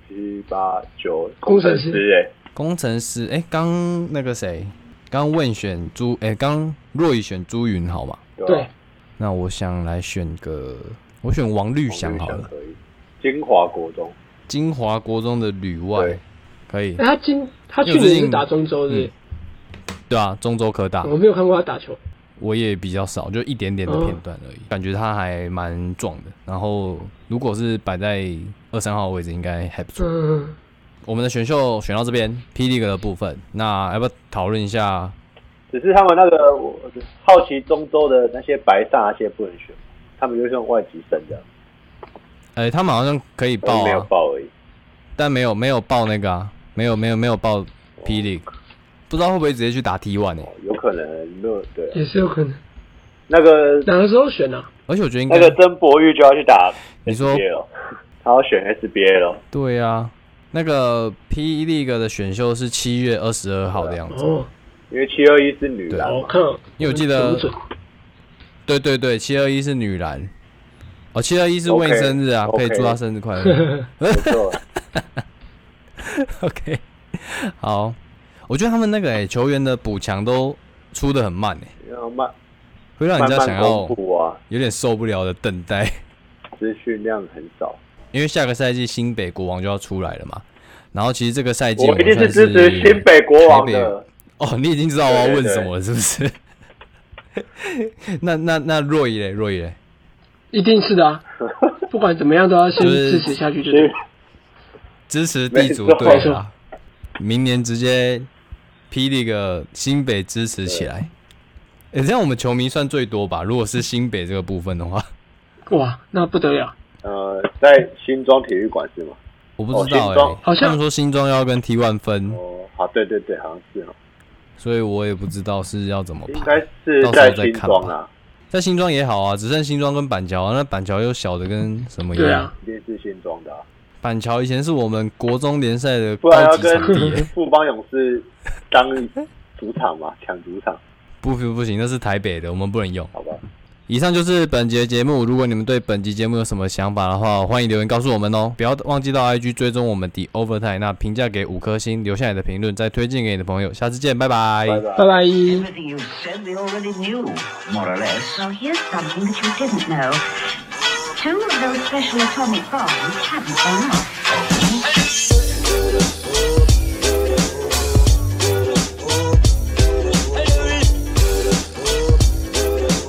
C: 七八九
B: 工程师
C: 师
A: 工程师，哎、刚那个谁，刚问选朱，哎、刚若雨选朱云好嘛？
C: 哎，
B: 对
C: 啊，
A: 那我想来选个，我选王绿翔好
C: 王
A: 了
C: 可，以。金华国中，
A: 金华国中的旅外
C: 对
A: 可以
B: 哎、，他今他去
A: 因为我最
B: 年
A: 近
B: 是打中州的，
A: 对啊，中州科大
B: 我没有看过他打球。
A: 我也比较少，就一点点的片段而已，感觉他还蛮壮的。然后如果是摆在二三号位置，应该还不错。
B: 嗯，
A: 我们的选秀选到这边霹雳 e 的部分，那要不要讨论一下？
C: 只是他们那个我好奇中州的那些白煞那些不能选，他们就是用外籍生的，
A: 哎、他们好像可以
C: 我们
A: 报
C: 没有
A: 啊，
C: 报而已。
A: 但没有没有报那个啊，没有没有没有报霹雳，不知道会不会直接去打 T one 欸呢、
C: 哦有可能没有对啊，
B: 也是有可能。
C: 那个
B: 哪个时候选啊？
A: 而且我觉得应该
C: 那个曾博玉就要去打
A: 你说
C: SBL，他哦要选 SBL，
A: 对啊，那个 P League 的选秀是七月二十二号的样子，
B: 哦，
C: 因为七二一是女篮
B: 我
A: 哦
C: 嘛，
B: 看了，
A: 啊因为我记得
B: 不准
A: 对对对，七二一是女篮，哦，七二一是
C: OK，
A: 问生日啊
C: OK
A: 可以祝她生日快乐。
C: 没错，
A: OK，好，我觉得他们那个、欸、球员的补强都出的很慢、欸，
C: 要慢
A: 会让人
C: 慢
A: 家想
C: 慢
A: 要
C: 公布啊，
A: 有点受不了的等待，
C: 资讯量很少。
A: 因为下个赛季新北国王就要出来了嘛。然后其实这个赛季
C: 我一定
A: 们
C: 是
A: 算
C: 支持新北国王的，
A: 哦，你已经知道我要
C: 对对
A: 问
C: 对
A: 什么了，是不是？ 那那那若雨嘞，若雨嘞，
B: 一定是 的啊，不管怎么样都要先
A: 就是
B: 支持下去就对了。
A: 支持地主
C: 没错
A: 队啦。啊明年直接霹雳个新北支持起来。哎、这样我们球迷算最多吧？如果是新北这个部分的话，
B: 哇，那不得了，
C: 呃，在新庄体育馆是吗？
A: 我不知道
C: 哦新
A: 哎、
C: 庄
B: 好
A: 他
B: 像
A: 们说新庄要跟 T one 分，
C: 哦，好，对对对，好像是哦，
A: 所以我也不知道是要怎么
C: 应该
A: 排。
C: 是
A: 到时候
C: 在
A: 再
C: 新
A: 看
C: 庄
A: 吧
C: 啊，
A: 在新庄也好啊，只剩新庄跟板桥、啊，那板桥又小的跟什么一
B: 对
A: 样。
B: 啊，
C: 一定是新庄的、啊，
A: 板桥以前是我们国中联赛的
C: 不然
A: 高
C: 要
A: 级场地、
C: 跟
A: 欸
C: 富邦勇士当主场嘛，抢主场，
A: 不不不行，那是台北的，我们不能用。
C: 好吧？
A: 以上就是本节节目。如果你们对本集节目有什么想法的话，欢迎留言告诉我们哦。不要忘记到 IG 追踪我们的 Overtime，那评价给五颗星，留下你的评论，再推荐给你的朋友。下次见，拜拜。
C: 拜拜
B: 拜。拜。
D: Everything you said, we already knew, more or less.
E: Well, here's something that you didn't know. Two of those special atomic bombs haven't gone off.